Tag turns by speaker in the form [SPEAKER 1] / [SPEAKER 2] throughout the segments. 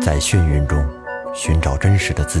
[SPEAKER 1] 在眩晕中寻找真实的自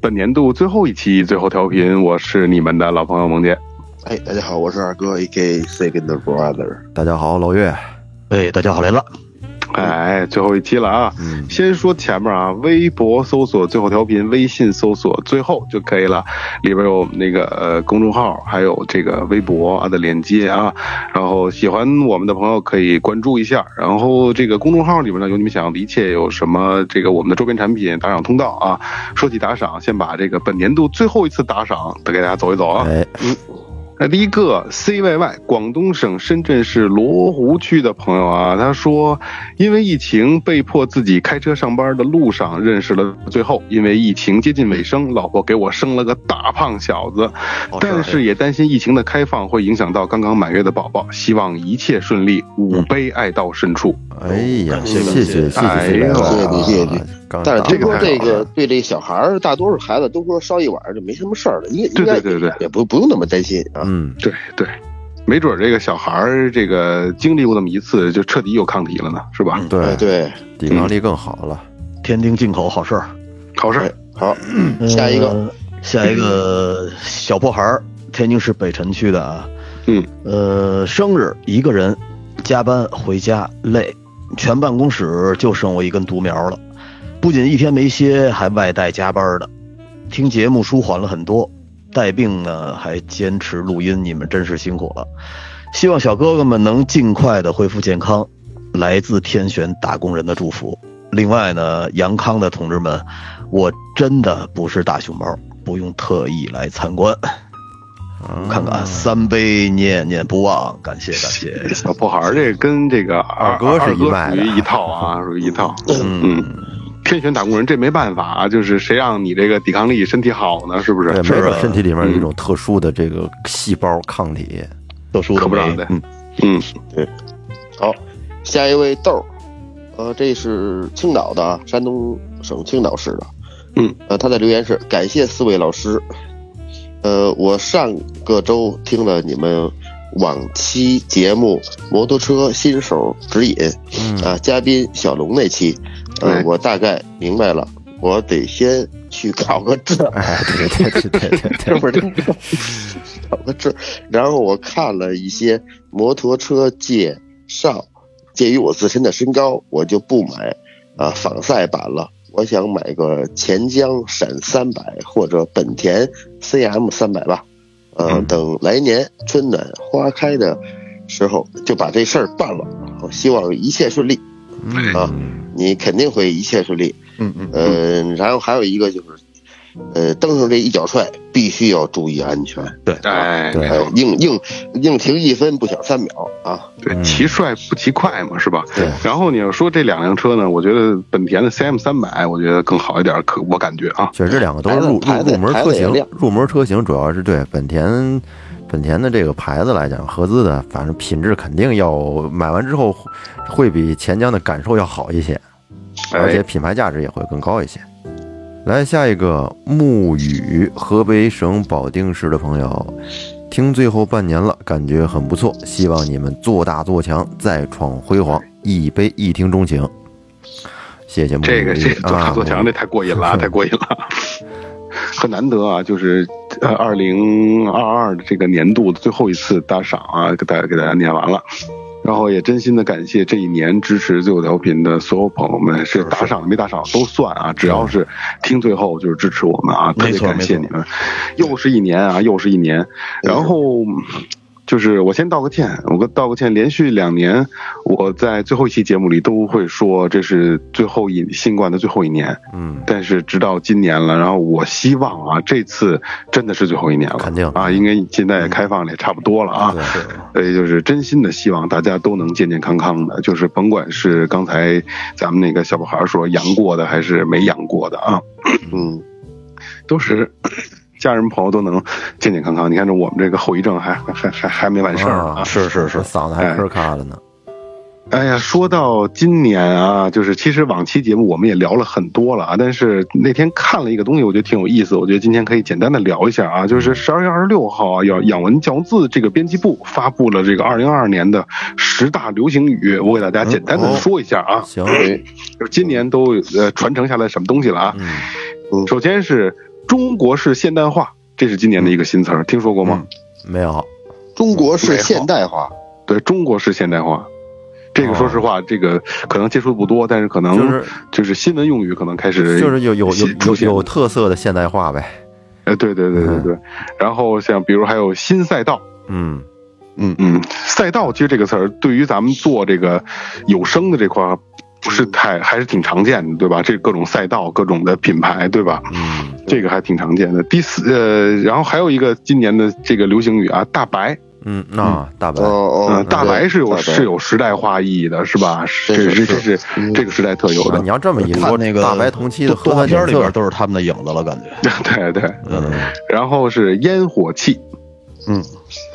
[SPEAKER 2] 本年度最后一期最后调频，我是你们的老朋友萌姐。
[SPEAKER 3] 哎，大家好，我是二哥，A K Second Brother。
[SPEAKER 4] 大家好，老岳，
[SPEAKER 5] 哎，大家好，来了。
[SPEAKER 2] 哎，最后一期了啊！先说前面啊，微博搜索最后调频，微信搜索最后就可以了。里边有我们那个呃公众号，还有这个微博啊的链接啊。然后喜欢我们的朋友可以关注一下。然后这个公众号里面呢，有你们想要的一切，有什么这个我们的周边产品打赏通道啊。说起打赏，先把这个本年度最后一次打赏得给大家走一走啊。
[SPEAKER 4] 哎，
[SPEAKER 2] 那呃第一个 CYY 广东省深圳市罗湖区的朋友啊，他说，因为疫情被迫自己开车上班的路上认识了最后，因为疫情接近尾声，老婆给我生了个大胖小子，但是也担心疫情的开放会影响到刚刚满月的宝宝，希望一切顺利，五杯爱到深处。
[SPEAKER 4] 哎呀，
[SPEAKER 5] 感
[SPEAKER 4] 谢谢
[SPEAKER 5] 谢
[SPEAKER 4] 谢谢
[SPEAKER 2] 哎
[SPEAKER 4] 谢
[SPEAKER 2] 呦
[SPEAKER 3] 谢谢谢谢
[SPEAKER 2] 啊
[SPEAKER 4] 刚
[SPEAKER 3] 但是
[SPEAKER 4] 打
[SPEAKER 3] 听说这
[SPEAKER 2] 这个太好啊
[SPEAKER 3] 个对这小孩儿，大多数孩子都说烧一晚上就没什么事儿了，应应该
[SPEAKER 2] 对对对对
[SPEAKER 3] 也不不用那么担心啊。
[SPEAKER 4] 嗯，
[SPEAKER 2] 对对，没准儿这个小孩儿这个经历过那么一次，就彻底有抗体了呢，是吧？
[SPEAKER 3] 哎，
[SPEAKER 4] 对，
[SPEAKER 3] 对，
[SPEAKER 4] 抵抗力更好了。
[SPEAKER 5] 天津进口好事儿。
[SPEAKER 2] 好事儿。
[SPEAKER 3] 好，
[SPEAKER 2] 嗯
[SPEAKER 3] 嗯下一个，
[SPEAKER 5] 呃下一个小破孩儿，天津市北辰区的啊。
[SPEAKER 2] 嗯。
[SPEAKER 5] 呃，生日一个人，加班回家累，全办公室就剩我一根独苗了。不仅一天没歇，还外带加班的。听节目舒缓了很多，带病呢还坚持录音，你们真是辛苦了。希望小哥哥们能尽快的恢复健康。来自天选打工人的祝福。另外呢，杨康的同志们，我真的不是大熊猫，不用特意来参观。看看啊三杯念念不忘，感谢感谢。
[SPEAKER 2] 小破孩儿这跟这个
[SPEAKER 4] 二哥是一
[SPEAKER 2] 二
[SPEAKER 4] 脉
[SPEAKER 2] 哥
[SPEAKER 4] 的
[SPEAKER 2] 属于一套 啊，属于一套。
[SPEAKER 4] 嗯，
[SPEAKER 2] 天选打工人这没办法啊，就是谁让你这个抵抗力身体好呢？是不是嗯
[SPEAKER 4] 对，？
[SPEAKER 2] 是
[SPEAKER 4] 每
[SPEAKER 2] 吧
[SPEAKER 4] 个身体里面有一种特殊的这个细胞抗体，
[SPEAKER 5] 特殊
[SPEAKER 2] 可
[SPEAKER 5] 的
[SPEAKER 2] 不让
[SPEAKER 5] 梅
[SPEAKER 2] 的，
[SPEAKER 5] 嗯，
[SPEAKER 2] 嗯，
[SPEAKER 3] 好，下一位豆儿，呃，这是青岛的啊，山东省青岛市的。
[SPEAKER 2] 嗯，
[SPEAKER 3] 呃，他的留言是感谢四位老师。呃，我上个周听了你们往期节目《摩托车新手指引》
[SPEAKER 4] 嗯
[SPEAKER 3] 啊，嘉宾小龙那期，呃
[SPEAKER 2] 哎，
[SPEAKER 3] 我大概明白了，我得先去考个证，
[SPEAKER 4] 哎，对对对对对对，
[SPEAKER 3] 是不是？考个证，然后我看了一些摩托车介绍，鉴于我自身的身高，我就不买啊仿赛版了。我想买个钱江闪三百或者本田 CM 三百吧，呃，等来年春暖花开的时候就把这事儿办了。我希望一切顺利
[SPEAKER 4] 嗯
[SPEAKER 3] 啊，你肯定会一切顺利。
[SPEAKER 5] 嗯嗯，
[SPEAKER 3] 呃，然后还有一个就是，呃，蹬上这一脚踹，必须要注意安全。
[SPEAKER 2] 哎，
[SPEAKER 4] 对
[SPEAKER 3] 哎，硬硬硬停一分不想三秒啊！
[SPEAKER 4] 嗯
[SPEAKER 2] 对，骑帅不骑快嘛，是吧？
[SPEAKER 3] 对
[SPEAKER 2] 然后你要说这两辆车呢，我觉得本田的 CM 三百，我觉得更好一点，可我感觉啊，
[SPEAKER 4] 确实这两个都是入
[SPEAKER 3] 牌
[SPEAKER 4] 入
[SPEAKER 3] 子
[SPEAKER 4] 入门
[SPEAKER 3] 牌
[SPEAKER 4] 车
[SPEAKER 3] 子也
[SPEAKER 4] 型
[SPEAKER 3] 亮，
[SPEAKER 4] 入门车型主要是对本田本田的这个牌子来讲，合资的，反正品质肯定要买完之后会会比钱江的感受要好一些，
[SPEAKER 2] 哎
[SPEAKER 4] 而且品牌价值也会更高一些。来下一个木雨，河北省保定市的朋友，听最后半年了，感觉很不错，希望你们做大做强，再创辉煌，一杯一听钟情。谢谢木雨
[SPEAKER 2] 这个这个做
[SPEAKER 4] 啊嗯
[SPEAKER 2] 大做强
[SPEAKER 4] 木
[SPEAKER 2] 这
[SPEAKER 4] 雨
[SPEAKER 2] 太过瘾了啊，太过瘾了， 很难得啊，就是呃二零二二这个年度的最后一次打赏啊，给大家给大家念完了。然后也真心的感谢这一年支持最后调频的所有朋友们，是打赏没打赏都算啊，只要是听最后就是支持我们啊，特
[SPEAKER 5] 没
[SPEAKER 2] 别
[SPEAKER 5] 错
[SPEAKER 2] 感谢
[SPEAKER 5] 没
[SPEAKER 2] 你
[SPEAKER 5] 错
[SPEAKER 2] 们，又是一年啊，又是一年，然后。就是我先道个歉，我跟道个歉。连续两年，我在最后一期节目里都会说这是最后一新冠的最后一年，
[SPEAKER 4] 嗯，
[SPEAKER 2] 但是直到今年了，然后我希望啊，这次真的是最后一年了，
[SPEAKER 4] 肯定
[SPEAKER 2] 啊，应该现在开放的也差不多了啊，
[SPEAKER 5] 嗯
[SPEAKER 4] 对。
[SPEAKER 2] 所以就是真心的希望大家都能健健康康的，就是甭管是刚才咱们那个小不孩儿说阳过的还是没阳过的啊，
[SPEAKER 3] 嗯，
[SPEAKER 2] 都是家人朋友都能健健康康。你看这我们这个后遗症还还还还还没完事儿呢啊！
[SPEAKER 5] 是是是
[SPEAKER 4] 我，嗓子还
[SPEAKER 2] 哎
[SPEAKER 4] 咳咔了呢。
[SPEAKER 2] 哎呀，说到今年啊，就是其实往期节目我们也聊了很多了啊，但是那天看了一个东西，我觉得挺有意思，我觉得今天可以简单的聊一下啊，就是
[SPEAKER 4] 嗯
[SPEAKER 2] 十二月二十六号啊，养养文教字这个编辑部发布了这个二零二二年的十大流行语，我给大家简单的说一下啊，
[SPEAKER 4] 行，
[SPEAKER 2] 就是今年都呃传承下来什么东西了啊，
[SPEAKER 4] 嗯，
[SPEAKER 2] 首先是中国式现代化，这是今年的一个新词
[SPEAKER 4] 嗯
[SPEAKER 2] 儿，听说过吗？
[SPEAKER 4] 没有，
[SPEAKER 3] 中国
[SPEAKER 2] 嗯
[SPEAKER 3] 式现代化，
[SPEAKER 2] 对，中国式现代化，这个说实话，这个可能接触的不多，但是可能
[SPEAKER 4] 哦就是
[SPEAKER 2] 就是新闻用语可能开始
[SPEAKER 4] 就是有有有有
[SPEAKER 2] 出现
[SPEAKER 4] 有特色的现代化呗。
[SPEAKER 2] 呃，对对对对对。然后像比如还有新赛道，
[SPEAKER 4] 嗯，
[SPEAKER 2] 嗯，赛道其实这个词儿对于咱们做这个有声的这块儿不是太还是挺常见的，对吧？这各种赛道，各种的品牌，对吧？
[SPEAKER 4] 嗯
[SPEAKER 2] 这个还挺常见的。第四，呃，然后还有一个今年的这个流行语啊，大白，
[SPEAKER 4] 嗯，那大白
[SPEAKER 3] 哦，哦，
[SPEAKER 2] 嗯，
[SPEAKER 3] 对
[SPEAKER 2] 大白是有
[SPEAKER 3] 大白
[SPEAKER 2] 是有时代化意义的，是吧？
[SPEAKER 3] 是
[SPEAKER 2] 是
[SPEAKER 3] 是
[SPEAKER 2] 这是
[SPEAKER 3] 嗯
[SPEAKER 2] 这个时代特有
[SPEAKER 4] 啊
[SPEAKER 2] 的
[SPEAKER 4] 你，要这么一说，
[SPEAKER 5] 看那个
[SPEAKER 4] 大白同期的
[SPEAKER 5] 动
[SPEAKER 4] 核
[SPEAKER 5] 画
[SPEAKER 4] 酸
[SPEAKER 5] 片
[SPEAKER 4] 检
[SPEAKER 5] 里边
[SPEAKER 4] 测，
[SPEAKER 5] 都是他们的影子了，感觉。
[SPEAKER 2] 对对。
[SPEAKER 4] 嗯，
[SPEAKER 2] 然后是烟火气，
[SPEAKER 5] 嗯，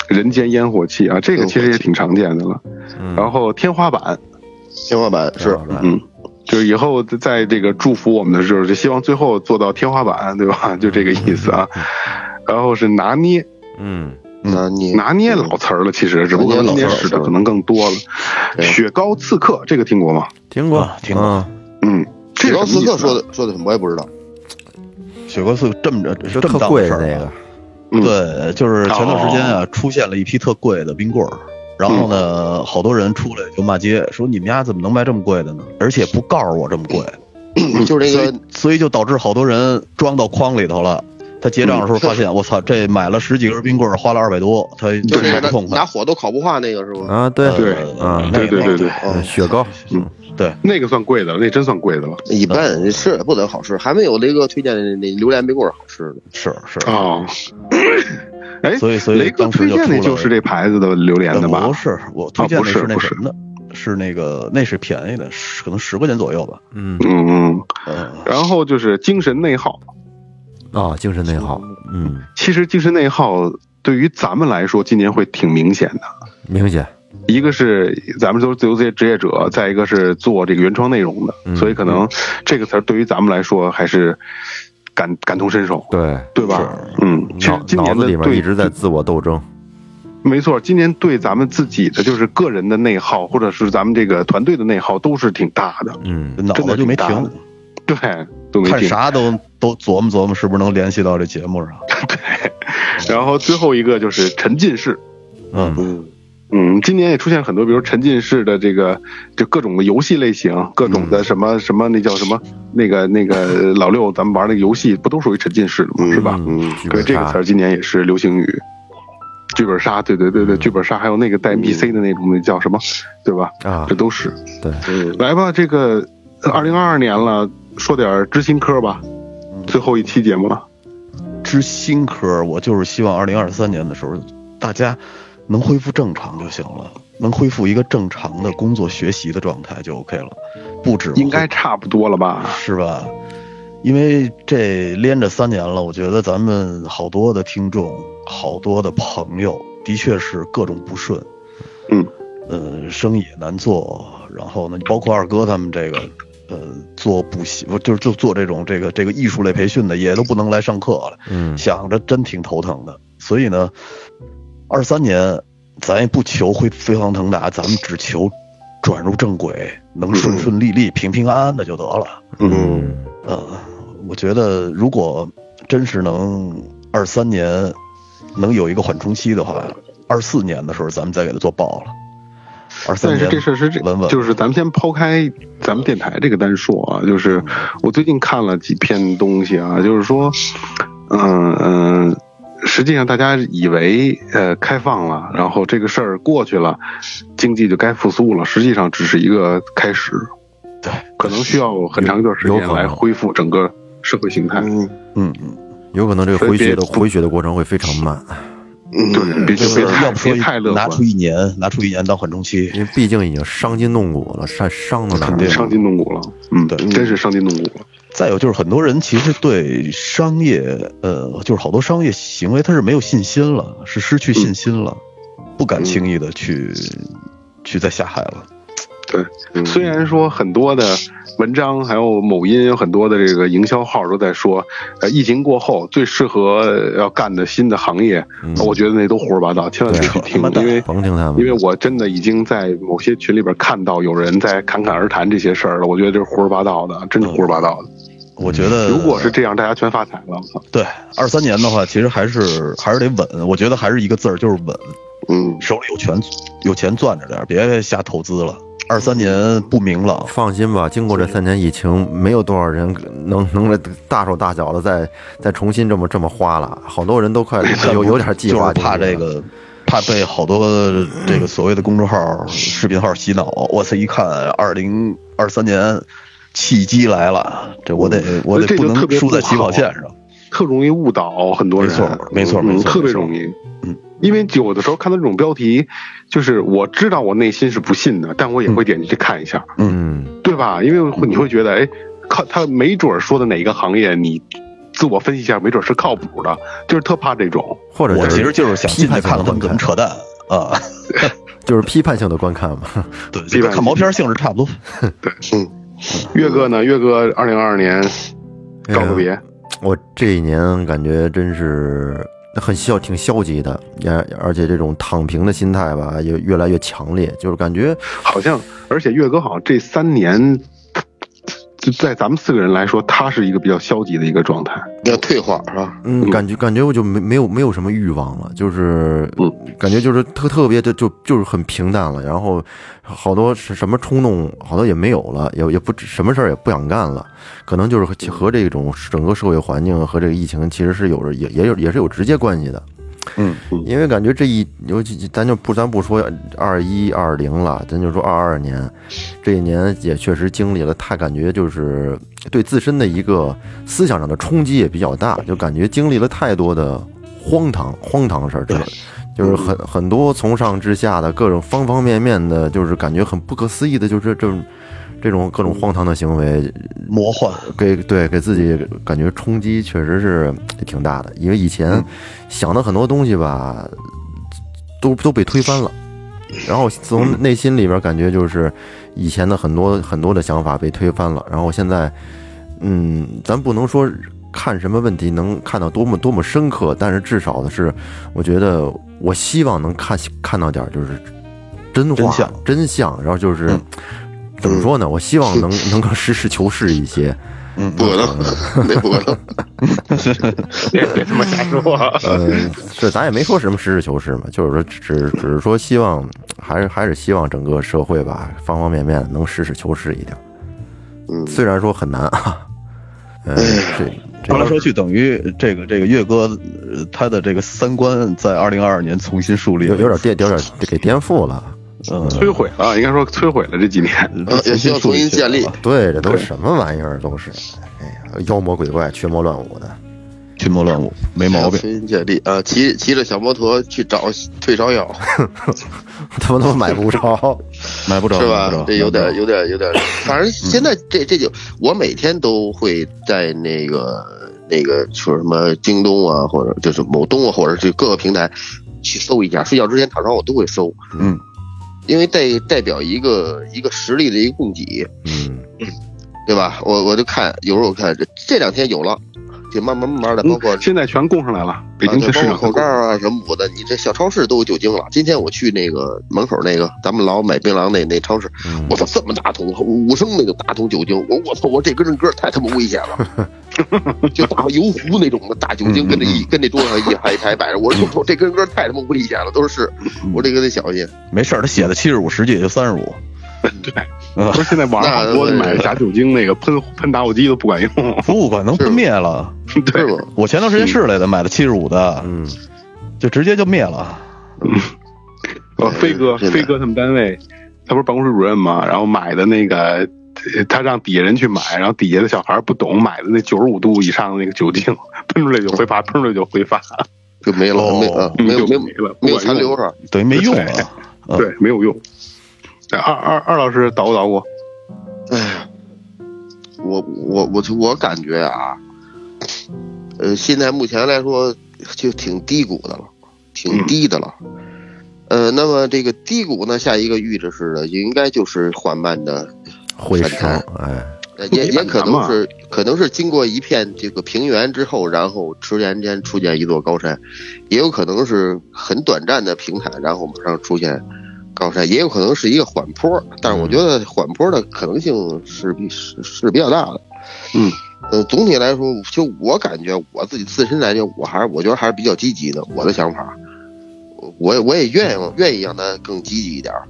[SPEAKER 2] 人间烟火气啊，这个其实也挺常见的了。
[SPEAKER 4] 嗯
[SPEAKER 2] 然后天花板，
[SPEAKER 3] 天花板是
[SPEAKER 4] 大白
[SPEAKER 2] 嗯，就是以后在这个祝福我们的时候，就希望最后做到天花板，对吧？就这个意思啊。然后是拿捏，
[SPEAKER 4] 嗯，
[SPEAKER 3] 拿捏
[SPEAKER 2] 拿捏老词儿了，其实只不过今天使的可能更多了。
[SPEAKER 3] 对
[SPEAKER 2] 雪糕刺客这个听过吗？
[SPEAKER 4] 听过
[SPEAKER 5] 啊听过
[SPEAKER 4] 嗯
[SPEAKER 2] 嗯，这
[SPEAKER 3] 雪
[SPEAKER 2] 是
[SPEAKER 3] 糕
[SPEAKER 2] 什么
[SPEAKER 3] 刺
[SPEAKER 2] 意
[SPEAKER 3] 客
[SPEAKER 2] 思
[SPEAKER 3] 说
[SPEAKER 2] 呢？
[SPEAKER 3] 的说的什么我也不知道，
[SPEAKER 5] 雪糕是这么着
[SPEAKER 4] 就
[SPEAKER 5] 这么
[SPEAKER 4] 特
[SPEAKER 5] 档
[SPEAKER 4] 贵
[SPEAKER 5] 子事
[SPEAKER 4] 的
[SPEAKER 5] 儿
[SPEAKER 4] 那个
[SPEAKER 5] 啊。
[SPEAKER 2] 嗯
[SPEAKER 5] 对，就是前段时间
[SPEAKER 2] 哦
[SPEAKER 5] 啊，出现了一批特贵的冰棍儿，然后
[SPEAKER 2] 嗯
[SPEAKER 5] 呢，好多人出来就骂街，说你们家怎么能卖这么贵的呢？而且不告诉我这么贵，
[SPEAKER 2] 嗯
[SPEAKER 3] 就是那个
[SPEAKER 5] 所以就导致好多人装到筐里头了。他结账的时候发
[SPEAKER 2] 嗯
[SPEAKER 5] 现，我操，这买了十几根冰棍儿，花了二百多，他
[SPEAKER 3] 就是那
[SPEAKER 5] 特别
[SPEAKER 3] 个
[SPEAKER 5] 不痛
[SPEAKER 3] 拿拿
[SPEAKER 5] 快。
[SPEAKER 3] 火都烤不化那个是哦吗？
[SPEAKER 4] 啊，对
[SPEAKER 2] 对
[SPEAKER 4] 嗯
[SPEAKER 5] 那
[SPEAKER 2] 对
[SPEAKER 5] 也
[SPEAKER 2] 对
[SPEAKER 5] 没
[SPEAKER 2] 对对，
[SPEAKER 4] 嗯雪糕，嗯
[SPEAKER 5] 对，
[SPEAKER 2] 那个算贵的了，那真算贵的了。
[SPEAKER 3] 一
[SPEAKER 2] 嗯
[SPEAKER 3] 般是不怎么好吃，还没有雷哥推荐的那榴莲冰棍儿好吃呢。
[SPEAKER 5] 是是，
[SPEAKER 2] 哦， 哎，
[SPEAKER 5] 所以所以
[SPEAKER 2] 雷哥
[SPEAKER 5] 当时
[SPEAKER 2] 推
[SPEAKER 5] 就
[SPEAKER 2] 荐
[SPEAKER 5] 出
[SPEAKER 2] 的
[SPEAKER 5] 了
[SPEAKER 2] 就是这牌子的榴莲的吧？
[SPEAKER 5] 呃不是，我推荐
[SPEAKER 2] 啊不
[SPEAKER 5] 的
[SPEAKER 2] 是
[SPEAKER 5] 那
[SPEAKER 2] 不是
[SPEAKER 5] 什么的，是那个那是便宜的，十可能十块钱左右吧。
[SPEAKER 4] 嗯
[SPEAKER 2] 嗯嗯。
[SPEAKER 5] 嗯，
[SPEAKER 2] 然后就是精神内耗，
[SPEAKER 4] 啊，精神内耗，嗯，
[SPEAKER 2] 其实精神内耗对于咱们来说，今年会挺明显的。
[SPEAKER 4] 明显，
[SPEAKER 2] 一个是咱们都是自由职业职业者，再一个是做这个原创内容的，
[SPEAKER 4] 嗯
[SPEAKER 2] 所以可能这个词儿对于咱们来说还是感感同身受，
[SPEAKER 4] 对，
[SPEAKER 2] 对吧？嗯，其实
[SPEAKER 4] 脑
[SPEAKER 2] 今
[SPEAKER 4] 脑
[SPEAKER 2] 年
[SPEAKER 4] 子
[SPEAKER 2] 的
[SPEAKER 4] 里面
[SPEAKER 2] 对
[SPEAKER 4] 一直在自我斗争，
[SPEAKER 2] 没错，今年对咱们自己的就是个人的内耗，或者是咱们这个团队的内耗都是挺大的，
[SPEAKER 4] 嗯
[SPEAKER 5] 脑
[SPEAKER 2] 真的
[SPEAKER 5] 子就没
[SPEAKER 2] 挺大
[SPEAKER 5] 停
[SPEAKER 2] 的，对，都没
[SPEAKER 5] 看
[SPEAKER 2] 停。
[SPEAKER 5] 啥都都琢磨琢磨，是不是能联系到这节目上？
[SPEAKER 2] 然后最后一个就是沉浸式，
[SPEAKER 4] 嗯
[SPEAKER 3] 嗯，
[SPEAKER 2] 嗯，今年也出现很多，比如沉浸式的这个，就各种的游戏类型，各种
[SPEAKER 4] 嗯
[SPEAKER 2] 的什么、什么，那叫什么，那个那个呃老六，咱们玩那个游戏不都属于沉浸式的吗？是吧？
[SPEAKER 4] 嗯，剧
[SPEAKER 2] 对，
[SPEAKER 4] 本
[SPEAKER 2] 这个
[SPEAKER 4] 杀
[SPEAKER 2] 词儿今年也是流行语，剧本杀，对对对
[SPEAKER 4] 嗯
[SPEAKER 2] 对，剧本杀，还有那个带 NPC 的那种，那叫什么，对吧？
[SPEAKER 4] 啊
[SPEAKER 2] 这，都是。
[SPEAKER 4] 对，
[SPEAKER 2] 来吧，这个呃二零二二年了，说点儿知心科吧，
[SPEAKER 4] 嗯
[SPEAKER 2] 最后一期节目了。
[SPEAKER 5] 知新科，我就是希望二零二三年的时候，大家能恢复正常就行了，能恢复一个正常的工作学习的状态就 OK 了，不止
[SPEAKER 2] 应该差不多了吧？
[SPEAKER 5] 是吧？因为这连着三年了，我觉得咱们好多的听众，好多的朋友，的确是各种不顺，
[SPEAKER 2] 嗯，
[SPEAKER 5] 呃，生意也难做，然后呢，包括二哥他们这个，呃，做补习不就是就做这种这个这个艺术类培训的，也都不能来上课了，
[SPEAKER 4] 嗯
[SPEAKER 5] 想着真挺头疼的。所以呢，二三年咱也不求会飞黄腾达，咱们只求转入正轨，能顺顺利利、平平安安的就得了。
[SPEAKER 4] 嗯
[SPEAKER 5] 呃，我觉得如果真是能二三年能有一个缓冲期的话，二四年的时候咱们再给它做爆了。二三
[SPEAKER 2] 但是
[SPEAKER 5] 年
[SPEAKER 2] 这事儿是这，
[SPEAKER 5] 稳稳
[SPEAKER 2] 就是咱们先抛开咱们电台这个单说啊，就是我最近看了几篇东西啊，就是说，嗯嗯。实际上，大家以为呃开放了，然后这个事儿过去了，经济就该复苏了。实际上，只是一个开始，
[SPEAKER 5] 对，
[SPEAKER 2] 可能需要很长一段时
[SPEAKER 4] 有
[SPEAKER 2] 间
[SPEAKER 4] 有可能
[SPEAKER 2] 来恢复整个社会形态。
[SPEAKER 5] 嗯嗯，
[SPEAKER 4] 有可能这个
[SPEAKER 2] 所以
[SPEAKER 4] 回血的
[SPEAKER 2] 别
[SPEAKER 4] 回血的过程会非常慢，
[SPEAKER 2] 对，别别
[SPEAKER 5] 嗯就是
[SPEAKER 2] 太
[SPEAKER 5] 要不说
[SPEAKER 2] 别太乐
[SPEAKER 5] 拿
[SPEAKER 2] 观，
[SPEAKER 5] 出一年，拿出一年当缓冲期。
[SPEAKER 4] 因为毕竟已经伤筋动骨了，伤伤到哪儿
[SPEAKER 5] 肯定
[SPEAKER 4] 了？
[SPEAKER 2] 伤筋动骨了。嗯，
[SPEAKER 5] 对
[SPEAKER 2] 真是伤筋动骨了。
[SPEAKER 5] 再有就是很多人其实对商业，呃，就是好多商业行为他是没有信心了，是
[SPEAKER 2] 嗯
[SPEAKER 5] 失去信心了，不敢轻易的去、去再下海了。嗯
[SPEAKER 2] 对，虽然说很多的文章还有某音有很多的这个营销号都在说，呃，疫情过后最适合呃要干的新的行业，
[SPEAKER 5] 啊嗯
[SPEAKER 2] 我觉得那都胡说八道，千万别去
[SPEAKER 5] 对
[SPEAKER 2] 听
[SPEAKER 5] 扯他妈，蛋
[SPEAKER 2] 因为
[SPEAKER 4] 嗯甭听他们
[SPEAKER 2] 因为我真的已经在某些群里边看到有人在侃侃而谈这些事儿了，我觉得这是胡说八道的，真是胡说八道的。
[SPEAKER 5] 我觉得
[SPEAKER 2] 如果是这样，大家全发财了，我操！
[SPEAKER 5] 对二三年的话，其实还是还是得稳，我觉得还是一个字儿，就是稳，
[SPEAKER 3] 嗯，
[SPEAKER 5] 手里有权有钱攥着点儿，别瞎投资了。二三年不明朗，
[SPEAKER 4] 放心吧，经过这三年疫情，没有多少人 能能大手大脚的再再重新这么这么花了，好多人都快有有点计划
[SPEAKER 5] 就是
[SPEAKER 4] 精
[SPEAKER 5] 怕
[SPEAKER 4] 神了，
[SPEAKER 5] 这个，怕被好多这个所谓的公众号、视频号洗脑。我操，一看二零二三年契机来了，这我得
[SPEAKER 4] 嗯
[SPEAKER 5] 我得
[SPEAKER 2] 这就
[SPEAKER 5] 不能
[SPEAKER 2] 特别
[SPEAKER 5] 输在
[SPEAKER 2] 不好
[SPEAKER 5] 起跑线上。
[SPEAKER 2] 特容易误导很多人，
[SPEAKER 5] 没错没错
[SPEAKER 2] 嗯
[SPEAKER 5] 没错
[SPEAKER 2] 特别
[SPEAKER 5] 没错
[SPEAKER 2] 容易。
[SPEAKER 5] 嗯，
[SPEAKER 2] 因为有的时候看到这种标题，就是我知道我内心是不信的，但我也会点进去看一下，
[SPEAKER 4] 嗯，
[SPEAKER 2] 对吧？因为会你会觉得，哎，靠，他没准儿说的哪一个行业，你自我分析一下，没准儿是靠谱的，就是特怕这种。
[SPEAKER 4] 或者
[SPEAKER 5] 我
[SPEAKER 4] 就是
[SPEAKER 5] 其实就是想
[SPEAKER 4] 批
[SPEAKER 5] 进去
[SPEAKER 4] 判性
[SPEAKER 5] 看看
[SPEAKER 4] 的
[SPEAKER 5] 他们怎么
[SPEAKER 4] 观看，
[SPEAKER 5] 扯淡啊。
[SPEAKER 4] 就是批判性的观看嘛。
[SPEAKER 5] 对，
[SPEAKER 2] 批
[SPEAKER 5] 就
[SPEAKER 2] 判
[SPEAKER 5] 看毛片儿性质差不多。
[SPEAKER 2] 岳哥呢？岳哥，二零二二年告个别，
[SPEAKER 4] 啊我这一年感觉真是很消，挺消极的，也而且这种躺平的心态吧，也越来越强烈，就是感觉
[SPEAKER 2] 好像，而且岳哥好像这三年，就在咱们四个人来说，他是一个比较消极的一个状态。
[SPEAKER 3] 要退化啊，
[SPEAKER 4] 嗯，感觉感觉我就没没有没有什么欲望了，就是
[SPEAKER 5] 嗯
[SPEAKER 4] 感觉就是特特别的就就是很平淡了，然后好多是什么冲动好多也没有了，也也不什么事儿也不想干了，可能就是和和这种整个社会环境和这个疫情其实是有着也也有也是有直接关系的。
[SPEAKER 5] 嗯，
[SPEAKER 4] 因为感觉这一，尤其咱就不咱不说二一二零了，咱就说二二年，这一年也确实经历了，太感觉就是对自身的一个思想上的冲击也比较大，就感觉经历了太多的荒唐荒唐事儿，这个就是很很多从上至下的各种方方面面的，就是感觉很不可思议的，就是这这种这种各种荒唐的行为，
[SPEAKER 5] 魔幻，
[SPEAKER 4] 给对给自己感觉冲击确实是挺大的，因为以
[SPEAKER 5] 嗯
[SPEAKER 4] 前想的很多东西吧，都都被推翻了。然后从内心里边感觉就是以前的很多很多的想法被推翻了，然后现在，嗯，咱不能说看什么问题能看到多么多么深刻，但是至少的是，我觉得我希望能看看到点儿就是真
[SPEAKER 5] 真
[SPEAKER 4] 话
[SPEAKER 5] 相嗯
[SPEAKER 4] 真相，然后就是、怎么说呢？我希望能能 够实事求是一些，
[SPEAKER 5] 嗯，
[SPEAKER 3] 不 可能，那不可能。
[SPEAKER 2] 别别他妈瞎说。
[SPEAKER 4] 嗯，是咱也没说什么实事求是嘛，就是说只只只是说希望，还是还是希望整个社会吧，方方面面能实事求是一点。
[SPEAKER 3] 嗯
[SPEAKER 4] 虽然说很难啊，嗯，
[SPEAKER 2] 哎
[SPEAKER 4] 这
[SPEAKER 5] 说来说去，等于这个这个岳哥，呃他的这个三观在二零二二年重新树立了，
[SPEAKER 4] 有有点颠，有点给颠覆了。
[SPEAKER 5] 嗯，
[SPEAKER 2] 摧毁了，应该说摧毁了这几年。
[SPEAKER 3] 呃也需要重新
[SPEAKER 5] 起来
[SPEAKER 3] 建立
[SPEAKER 5] 了
[SPEAKER 4] 对，这都什么玩意儿？都是，哎呀，妖魔鬼怪、群魔乱舞的。
[SPEAKER 5] 群魔乱舞，
[SPEAKER 3] 哎
[SPEAKER 5] 没毛病。
[SPEAKER 3] 重新建立啊，骑骑着小摩托去找退烧药，
[SPEAKER 4] 他们都买不 着，
[SPEAKER 5] 买不着
[SPEAKER 3] 是
[SPEAKER 5] 买不着
[SPEAKER 3] 吧？这有
[SPEAKER 5] 买
[SPEAKER 3] 点
[SPEAKER 5] 不着
[SPEAKER 3] 有点有点，反正现在这这就我每天都会在那个那个说什么京东啊，或者就是某东啊，或者是各个平台去搜一下，睡觉之前躺床我都会搜，
[SPEAKER 5] 嗯，
[SPEAKER 3] 因为代代表一个一个实力的一个供给，
[SPEAKER 4] 嗯，
[SPEAKER 3] 对吧？我我就看有时候我看这这两天有了，就慢慢慢慢的，包括
[SPEAKER 2] 嗯现在全供上来了，北
[SPEAKER 3] 啊
[SPEAKER 2] 京
[SPEAKER 3] 对
[SPEAKER 2] 全市
[SPEAKER 3] 包
[SPEAKER 2] 场
[SPEAKER 3] 括口罩啊什么我的，你这小超市都有酒精了。今天我去那个门口那个咱们老买槟榔那那超市，
[SPEAKER 2] 嗯
[SPEAKER 3] 我操，这么大桶五五升那个大桶酒精，我我操，我这根人哥太他妈危险 了，就大油壶那种的大酒
[SPEAKER 2] 嗯
[SPEAKER 3] 精跟着一跟那桌上一排一排摆着，我说我操，这根哥太他妈危险了，都是
[SPEAKER 2] 嗯
[SPEAKER 3] 我这个得小心。
[SPEAKER 5] 没事儿，他写的七十五，实际也就三十 五。
[SPEAKER 2] 不是现在网上好多
[SPEAKER 3] 那
[SPEAKER 2] 买假酒精那个喷喷打火机都不管用，
[SPEAKER 5] 不管能喷灭了。
[SPEAKER 3] 是嗯
[SPEAKER 2] 对，
[SPEAKER 3] 吗？
[SPEAKER 5] 我前段时间试来的，买了七十五的，
[SPEAKER 4] 嗯，
[SPEAKER 5] 就直接就灭了。
[SPEAKER 2] 呃，飞哥，
[SPEAKER 3] 是的
[SPEAKER 2] 飞哥他们单位，他不是办公室主任嘛，然后买的那个，呃他让底下人去买，然后底下的小孩不懂，买的那九十五度以上的那个酒精，喷出来就挥发，喷出来就挥发，
[SPEAKER 3] 就没了，没啊，没有
[SPEAKER 2] 哦嗯就
[SPEAKER 3] 没有
[SPEAKER 2] 没了，不
[SPEAKER 3] 没有
[SPEAKER 2] 管
[SPEAKER 3] 残留
[SPEAKER 2] 用，
[SPEAKER 3] 是吧？
[SPEAKER 5] 等于没用
[SPEAKER 2] 对
[SPEAKER 5] 了。嗯
[SPEAKER 2] 对，没有用。哎二二二老师捣鼓捣鼓，
[SPEAKER 3] 哎呀，我我我就我感觉啊，呃，现在目前来说就挺低谷的了，挺低的了。呃，那么这个低谷呢，下一个预知是呢，应该就是缓慢的，
[SPEAKER 4] 回
[SPEAKER 3] 反
[SPEAKER 4] 升
[SPEAKER 3] 弹，
[SPEAKER 4] 哎，
[SPEAKER 3] 呃也
[SPEAKER 2] 你
[SPEAKER 3] 也
[SPEAKER 2] 反
[SPEAKER 3] 可
[SPEAKER 2] 弹嘛
[SPEAKER 3] 能是可能是经过一片这个平原之后，然后突然间出现一座高山，也有可能是很短暂的平坦，然后马上出现高山，也有可能是一个缓坡，但是我觉
[SPEAKER 2] 嗯
[SPEAKER 3] 得缓坡的可能性是比是是比较大的。
[SPEAKER 2] 嗯，
[SPEAKER 3] 呃，总体来说，就我感觉我自己自身来讲，我还是我觉得还是比较积极的，我的想法，我也我也愿意愿意让它更积极一点儿。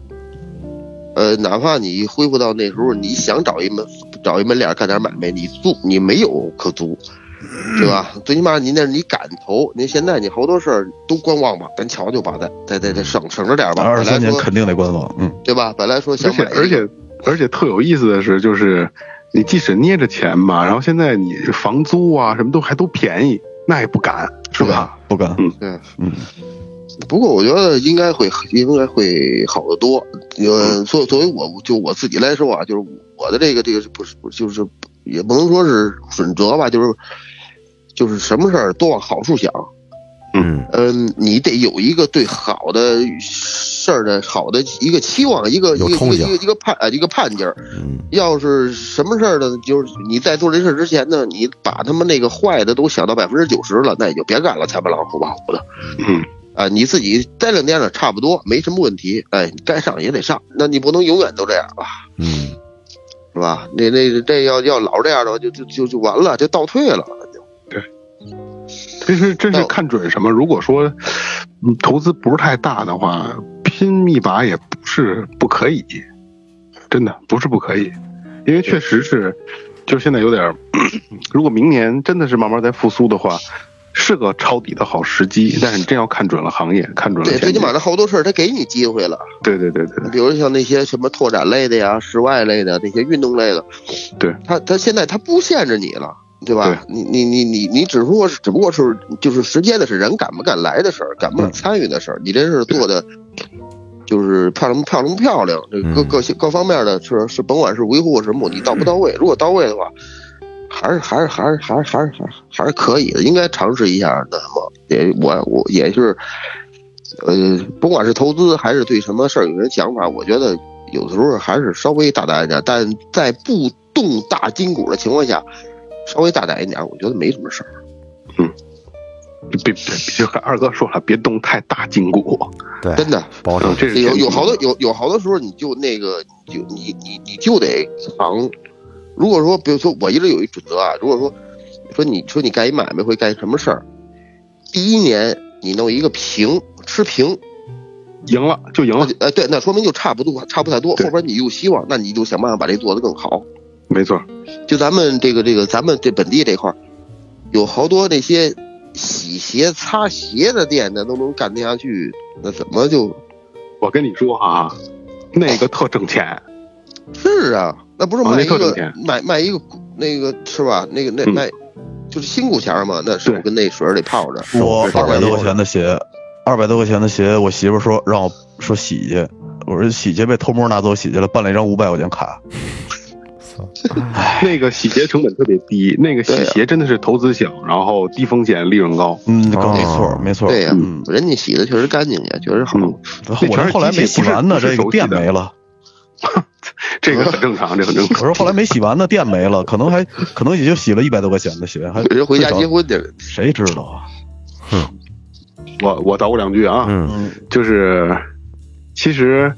[SPEAKER 3] 呃，哪怕你恢复到那时候，你想找一门找一门脸儿干点买卖，你做你没有可租，对吧？最起码你那你敢投，你现在你好多事儿都观望吧，咱瞧瞧吧，再再再再省省着点儿吧。
[SPEAKER 5] 二十
[SPEAKER 3] 本来
[SPEAKER 5] 三年
[SPEAKER 3] 说
[SPEAKER 5] 肯定得观望，嗯，
[SPEAKER 3] 对吧？本来说
[SPEAKER 2] 而
[SPEAKER 3] 想
[SPEAKER 2] 且
[SPEAKER 3] 买一个，
[SPEAKER 2] 而且而且特有意思的是，就是你即使捏着钱吧，然后现在你房租啊什么都还都便宜，那也不敢，是
[SPEAKER 3] 啊
[SPEAKER 2] 吧？
[SPEAKER 5] 不敢，
[SPEAKER 3] 对，
[SPEAKER 5] 嗯，
[SPEAKER 3] 不过我觉得应该会应该会好得多。呃，作作为我就我自己来说啊，就是我的这个这个不是不是就是也不能说是准则吧，就是就是什么事儿都往好处想。
[SPEAKER 4] 嗯
[SPEAKER 3] 嗯，你得有一个对好的事儿的好的一个期望，一个一
[SPEAKER 4] 有
[SPEAKER 3] 个一
[SPEAKER 4] 憧
[SPEAKER 3] 个
[SPEAKER 4] 憬
[SPEAKER 3] 一个一个盼啊一个盼劲儿。
[SPEAKER 4] 嗯
[SPEAKER 3] 要是什么事儿呢？就是你在做这事儿之前呢，你把他们那个坏的都想到百分之九十了，那也就别干了，前门狼后把虎的。
[SPEAKER 2] 嗯，
[SPEAKER 3] 啊，你自己待两天了，差不多没什么问题。哎，该上也得上，那你不能永远都这样吧，
[SPEAKER 4] 嗯，
[SPEAKER 3] 是吧？那那这要要老这样的话，就就就就完了，就倒退了。
[SPEAKER 4] 嗯
[SPEAKER 2] 其实真是
[SPEAKER 3] 但
[SPEAKER 2] 看准什么。如果说嗯投资不是太大的话，拼一把也不是不可以，真的不是不可以，因为确实是，就是现在有点儿，如果明年真的是慢慢在复苏的话。是个抄底的好时机，但是你真要看准了行业，看准了
[SPEAKER 3] 对，最
[SPEAKER 2] 前
[SPEAKER 3] 起
[SPEAKER 2] 景
[SPEAKER 3] 码，他好多事儿他给你机会了。
[SPEAKER 2] 对对对对对，
[SPEAKER 3] 比如像那些什么拓展类的呀、室外类的那些运动类的，
[SPEAKER 2] 对
[SPEAKER 3] 他他现在他不限制你了，对吧？你你你你你只不过是只不过是就是时间的事，人敢不敢来的事儿，敢不敢参与的事儿，你这事儿做的。就是漂亮不漂亮不漂亮，这各
[SPEAKER 4] 嗯
[SPEAKER 3] 各各方面的是是，甭管是维护什么，你到不到位，如果到位的话，还是还是还是还是还是还是还是可以的，应该尝试一下的嘛。也我我也是，呃，不管是投资还是对什么事儿有人想法，我觉得有的时候还是稍微大胆一点，但在不动大筋骨的情况下，稍微大胆一点，我觉得没什么事儿。
[SPEAKER 2] 别别就跟二哥说了，别动太大筋骨，
[SPEAKER 4] 对，
[SPEAKER 3] 真的，
[SPEAKER 4] 保守，
[SPEAKER 2] 哎这是啊
[SPEAKER 3] 有有好
[SPEAKER 2] 多。
[SPEAKER 3] 多有有好多时候你就那个你就你你你就得扛。如果说比如说我一直有一准则啊，如果说说你说你干一买卖会干什么事儿，第一年你弄一个平吃平，
[SPEAKER 2] 赢了就赢
[SPEAKER 3] 那
[SPEAKER 2] 了，
[SPEAKER 3] 就呃对，那说明就差不多差不太多。
[SPEAKER 2] 哦对
[SPEAKER 3] 后边你有希望，那你就想办法把这做得更好。
[SPEAKER 2] 没错，
[SPEAKER 3] 就咱们这个这个咱们这本地这块儿，有好多那些洗鞋擦鞋的店，那都能干得下去，那怎么就
[SPEAKER 2] 我跟你说啊，那个特挣钱，
[SPEAKER 3] 是啊，那不是
[SPEAKER 2] 啊
[SPEAKER 3] 卖
[SPEAKER 2] 那
[SPEAKER 3] 一
[SPEAKER 2] 特挣
[SPEAKER 3] 个、
[SPEAKER 2] 钱
[SPEAKER 3] 买卖一个那个是吧？那个那
[SPEAKER 2] 嗯
[SPEAKER 3] 卖、就是辛苦钱儿嘛，那是
[SPEAKER 2] 对
[SPEAKER 3] 不是跟那水儿里泡着？
[SPEAKER 5] 我
[SPEAKER 3] 手
[SPEAKER 5] 二百
[SPEAKER 3] 工
[SPEAKER 5] 多块
[SPEAKER 3] 艺
[SPEAKER 5] 钱的鞋，二百多块钱的鞋，我媳妇说让我说洗去，我说洗去被偷摸拿走洗去了，办了一张五百块钱卡，
[SPEAKER 2] 那个洗鞋成本特别低，那个洗
[SPEAKER 3] 对啊
[SPEAKER 2] 鞋真的是投资小，然后低风险利润高，
[SPEAKER 5] 嗯，没
[SPEAKER 4] 哦
[SPEAKER 5] 错没错，
[SPEAKER 3] 对呀、
[SPEAKER 5] 嗯，
[SPEAKER 3] 人家洗的确实干净也确实好。
[SPEAKER 2] 嗯那
[SPEAKER 5] 我
[SPEAKER 2] 全
[SPEAKER 5] 这
[SPEAKER 2] 是
[SPEAKER 5] 后来
[SPEAKER 2] 机器
[SPEAKER 5] 没洗
[SPEAKER 2] 不是
[SPEAKER 5] 完呢，
[SPEAKER 2] 不是
[SPEAKER 5] 这
[SPEAKER 2] 手洗
[SPEAKER 5] 个店
[SPEAKER 2] 的
[SPEAKER 5] 没 了。
[SPEAKER 2] 这个很正常，这很正
[SPEAKER 5] 我
[SPEAKER 2] 常。
[SPEAKER 5] 说后来没洗完呢，店没了，可能还可能也就洗了一百多块钱的鞋，还
[SPEAKER 3] 人回家
[SPEAKER 5] 最少
[SPEAKER 3] 结 婚去了，
[SPEAKER 5] 谁知道啊？
[SPEAKER 2] 我我捣鼓两句啊，
[SPEAKER 4] 嗯
[SPEAKER 5] 嗯，
[SPEAKER 2] 就是其实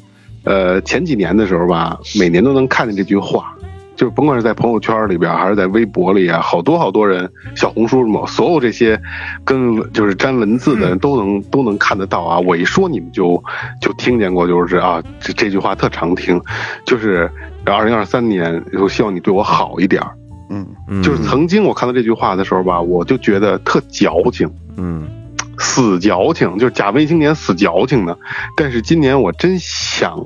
[SPEAKER 2] 呃前几年的时候吧，每年都能看见这句话。就是甭管是在朋友圈里边，还是在微博里啊，好多好多人，小红书什么，所有这些跟就是沾文字的人都能、都能看得到啊。我一说你们就就听见过，就是啊，这这句话特常听，就是二零二三年，我希望你对我好一点儿。
[SPEAKER 5] 嗯，
[SPEAKER 4] 嗯
[SPEAKER 2] 就是曾经我看到这句话的时候吧，我就觉得特矫情，
[SPEAKER 4] 嗯
[SPEAKER 2] 死矫情，就是假文艺青年死矫情呢。但是今年我真想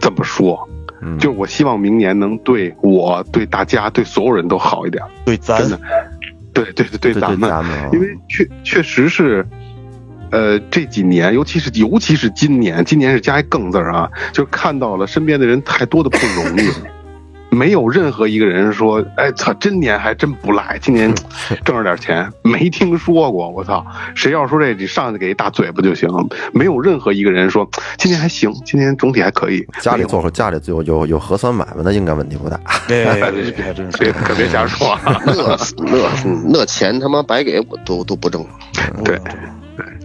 [SPEAKER 2] 这么说，
[SPEAKER 4] 嗯，
[SPEAKER 2] 就是我希望明年能对我、对大家、对所有人都好一点。
[SPEAKER 5] 对，咱
[SPEAKER 2] 真的对对对对，
[SPEAKER 4] 对对
[SPEAKER 2] 咱们，
[SPEAKER 4] 咱们啊，
[SPEAKER 2] 因为确确实是。呃，这几年，尤其是尤其 是今年，今年是加一“更”字儿啊，就是看到了身边的人太多的不容易，没有任何一个人说，哎操，今年还真不赖，
[SPEAKER 4] 嗯
[SPEAKER 2] 今年挣着点钱，没听说过。我操，谁要说这，你上去给一大嘴巴就行。没有任何一个人说今年还行，今年总体还可以。哎
[SPEAKER 4] 家里做家里有有有核酸买卖，那应该问题不大。
[SPEAKER 5] 对，
[SPEAKER 2] 别
[SPEAKER 5] 还真
[SPEAKER 2] 别
[SPEAKER 5] 是。
[SPEAKER 2] 可别瞎说啊！
[SPEAKER 3] 那那
[SPEAKER 2] 嗯
[SPEAKER 3] 那钱他妈白给我都都不挣，
[SPEAKER 5] 嗯
[SPEAKER 2] 对，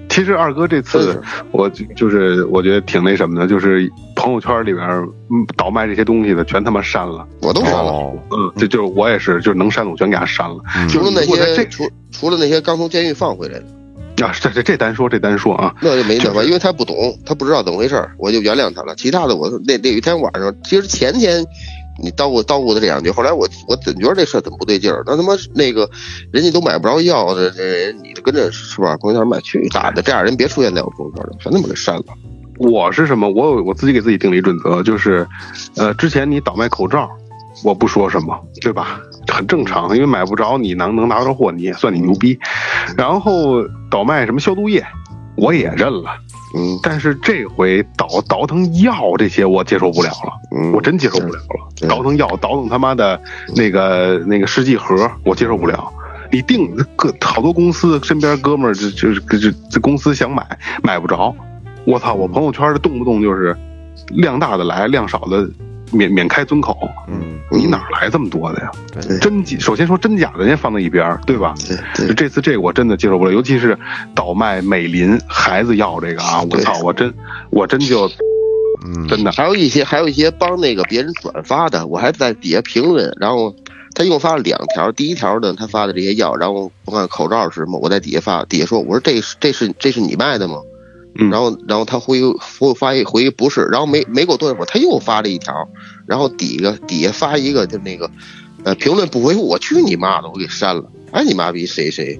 [SPEAKER 2] 其实二哥这次
[SPEAKER 3] 是
[SPEAKER 2] 我就就是我觉得挺那什么的，就是朋友圈里边嗯倒卖这些东西的全他妈删了。
[SPEAKER 3] 我都删了。
[SPEAKER 4] 哦，
[SPEAKER 2] 嗯，这就是我也是，就是能删的我全给他删了。
[SPEAKER 3] 除了那
[SPEAKER 2] 如果在
[SPEAKER 3] 些
[SPEAKER 2] 嗯这
[SPEAKER 3] 除除了那些刚从监狱放回来的，
[SPEAKER 2] 啊，这这这单说这单说啊，
[SPEAKER 3] 那就没那么，因为他不懂，他不知道怎么回事儿，我就原谅他了。其他的我那那有一天晚上，其实前天你叨咕叨咕的这两句，后来我我怎觉得这事儿怎么不对劲儿？那他妈那个人家都买不着药的，这人你跟着是吧？朋友圈买去打的，这样人别出现在我朋友圈了，全他妈给删了。
[SPEAKER 2] 我是什么？我有我自己给自己定了一准则，就是，呃，之前你倒卖口罩，我不说什么，对吧？很正常，因为买不着，你能能拿到货，你也算你牛逼。然后倒卖什么消毒液，我也认了。
[SPEAKER 3] 嗯
[SPEAKER 2] 但是这回倒倒腾药这些，我接受不了了。
[SPEAKER 3] 嗯，
[SPEAKER 2] 我真接受不了了。
[SPEAKER 3] 对
[SPEAKER 2] 倒腾药，倒腾他妈的那个那个试剂盒，我接受不了。你定各好多公司身边哥们儿，这这这这这公司想买买不着，我操！我朋友圈的动不动就是量大的来，量少的免免开尊口。
[SPEAKER 4] 嗯，
[SPEAKER 2] 你哪儿来这么多的呀？
[SPEAKER 3] 对
[SPEAKER 2] 真假首先说真假的，人家放在一边儿，对吧？
[SPEAKER 3] 对
[SPEAKER 2] 就
[SPEAKER 3] 对
[SPEAKER 2] 这次这个我真的接受不了，尤其是倒卖美林孩子药这个啊，我
[SPEAKER 3] 对
[SPEAKER 2] 操！我真我真就
[SPEAKER 4] 嗯，
[SPEAKER 2] 真的
[SPEAKER 3] 还有一些，还有一些帮那个别人转发的，我还在底下评论，然后他一共发了两条，第一条呢，他发的这些药，然后我看口罩是什么，我在底下发，底下说我说这是这是这是你卖的吗？
[SPEAKER 2] 嗯
[SPEAKER 3] 然后然后他回回发一回不是，然后没没过多一会儿他又发了一条，然后底个底下发一个就那个，呃，评论不回复，我去你妈的，我给删了，哎你妈逼谁谁，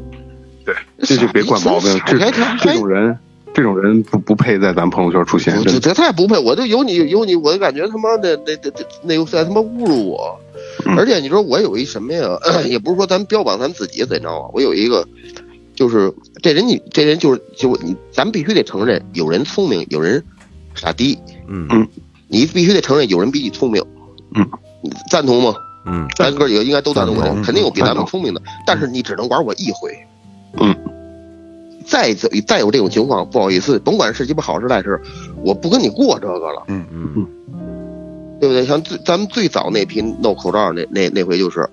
[SPEAKER 2] 对，这就别惯毛病，这
[SPEAKER 3] 还
[SPEAKER 2] 这种人，这种人不不配在咱朋友圈出现
[SPEAKER 3] 我，
[SPEAKER 2] 真
[SPEAKER 3] 这
[SPEAKER 2] 的。
[SPEAKER 3] 这太不配！我就有你有你，我就感觉他妈的那那那那又在他妈侮辱我。
[SPEAKER 2] 嗯
[SPEAKER 3] 而且你说我有一什么呀？ 也不是说咱标榜咱自己怎着啊，我有一个，就是这人你这人就是就你，咱必须得承认，有人聪明，有人傻逼，
[SPEAKER 4] 嗯
[SPEAKER 2] 嗯
[SPEAKER 3] 你必须得承认有人比你聪明。
[SPEAKER 2] 嗯，
[SPEAKER 3] 赞同吗？
[SPEAKER 4] 嗯，
[SPEAKER 3] 咱哥几个应该都赞同我
[SPEAKER 4] 赞同
[SPEAKER 3] 这，肯定有比
[SPEAKER 2] 嗯
[SPEAKER 3] 咱们聪明的，但是你只能玩我一回。
[SPEAKER 2] 嗯，
[SPEAKER 3] 再走再有这种情况，不好意思，甭管是鸡巴好事赖事，我不跟你过这个了，
[SPEAKER 5] 嗯
[SPEAKER 4] 嗯
[SPEAKER 3] 对不对？像最咱们最早那批弄口罩那那那回就是，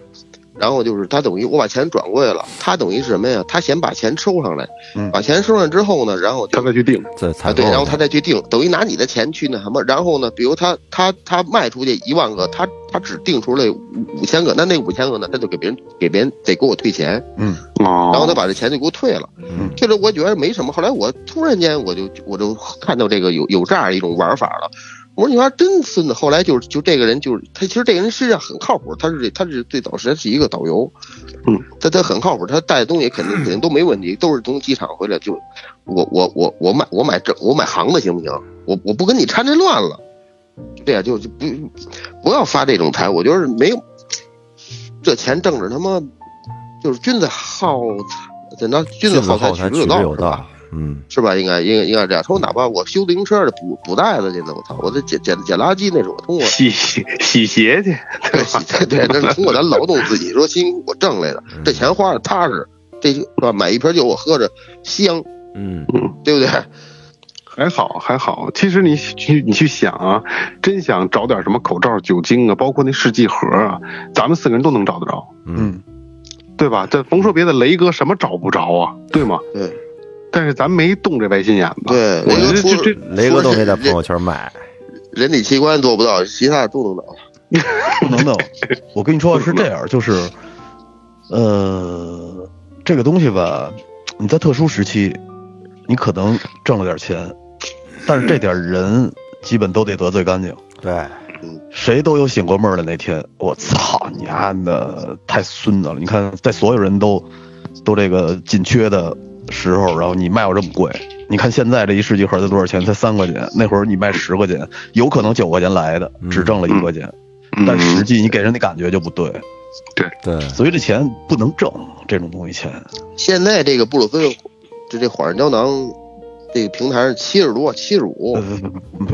[SPEAKER 3] 然后就是他等于我把钱转过来了，他等于是什么呀？他先把钱收上来，
[SPEAKER 5] 嗯
[SPEAKER 3] 把钱收上之后呢，然后就
[SPEAKER 2] 他再去定，
[SPEAKER 4] 这
[SPEAKER 3] 啊，
[SPEAKER 4] 采购
[SPEAKER 3] 对，
[SPEAKER 4] 的，
[SPEAKER 3] 然后他再去定，等于拿你的钱去那什么，然后呢，比如他他他卖出去一万个，他他只定出来五五千个，那那五千个呢，他就给别人给别人得给我退钱，
[SPEAKER 2] 然
[SPEAKER 3] 哦然后他把这钱就给我退了。
[SPEAKER 4] 嗯
[SPEAKER 3] 退了我觉得没什么，后来我突然间我就我就看到这个有有这样一种玩法了。我说你妈真孙子！后来就是就这个人就是他，其实这个人实际上很靠谱，他是他是最早是是一个导游，
[SPEAKER 2] 嗯，
[SPEAKER 3] 他他很靠谱，他带的东西肯定肯定都没问题，都是从机场回来就，我我我我买我买这我买行的行不行？我我不跟你掺这乱了，就这样就就不不要发这种财，我觉得没有这钱挣着他妈就是君子好怎么着君子
[SPEAKER 4] 君子
[SPEAKER 3] 好
[SPEAKER 4] 好
[SPEAKER 3] 财
[SPEAKER 4] 财，取
[SPEAKER 3] 取之有
[SPEAKER 4] 之
[SPEAKER 3] 道
[SPEAKER 4] 有
[SPEAKER 3] 是吧
[SPEAKER 4] 道。嗯
[SPEAKER 3] 是吧？应该应该应该这样。他说，哪怕我修自行车的补补带子去呢，我操，我这捡捡捡垃圾那是我通过
[SPEAKER 2] 洗洗洗鞋去，对吧？
[SPEAKER 3] 对对，那是通过咱劳动自己说辛苦我挣来的，
[SPEAKER 4] 嗯
[SPEAKER 3] 这钱花着踏实，这是吧？买一瓶酒我喝着香，
[SPEAKER 4] 嗯，
[SPEAKER 3] 对不对？
[SPEAKER 2] 还好还好。其实你去你去想啊，真想找点什么口罩、酒精啊，包括那试剂盒啊，咱们四个人都能找得着，
[SPEAKER 5] 嗯，
[SPEAKER 2] 对吧？这甭说别的，雷哥什么找不着啊，对吗？
[SPEAKER 3] 对
[SPEAKER 2] 但是咱没动这歪心眼子。
[SPEAKER 3] 对
[SPEAKER 4] 啊
[SPEAKER 2] 我觉
[SPEAKER 3] 雷哥
[SPEAKER 2] 得
[SPEAKER 3] 出
[SPEAKER 2] 这这
[SPEAKER 4] 雷哥都没在朋友圈卖，
[SPEAKER 3] 人体器官做不到，其他的都能到。
[SPEAKER 5] 不 能弄。我跟你说啊是这样，就是，呃，这个东西吧，你在特殊时期，你可能挣了点钱，但是这点人基本都得得罪干净。
[SPEAKER 4] 对，
[SPEAKER 5] 谁都有醒过闷儿的那天。我操你丫的，太孙子了！你看，在所有人都都这个紧缺的时候，然后你卖我这么贵，你看现在这一试剂盒才多少钱？才三块钱，那会儿你卖十块钱，有可能九块钱来的，只挣了一块钱，
[SPEAKER 2] 嗯
[SPEAKER 5] 但实际你给人的感觉就不对。
[SPEAKER 4] 对，
[SPEAKER 5] 所以这钱不能挣，这种东西钱。
[SPEAKER 3] 现在这个布鲁芬，这这火焰胶囊，这个平台上七十多、七十五
[SPEAKER 5] 呃，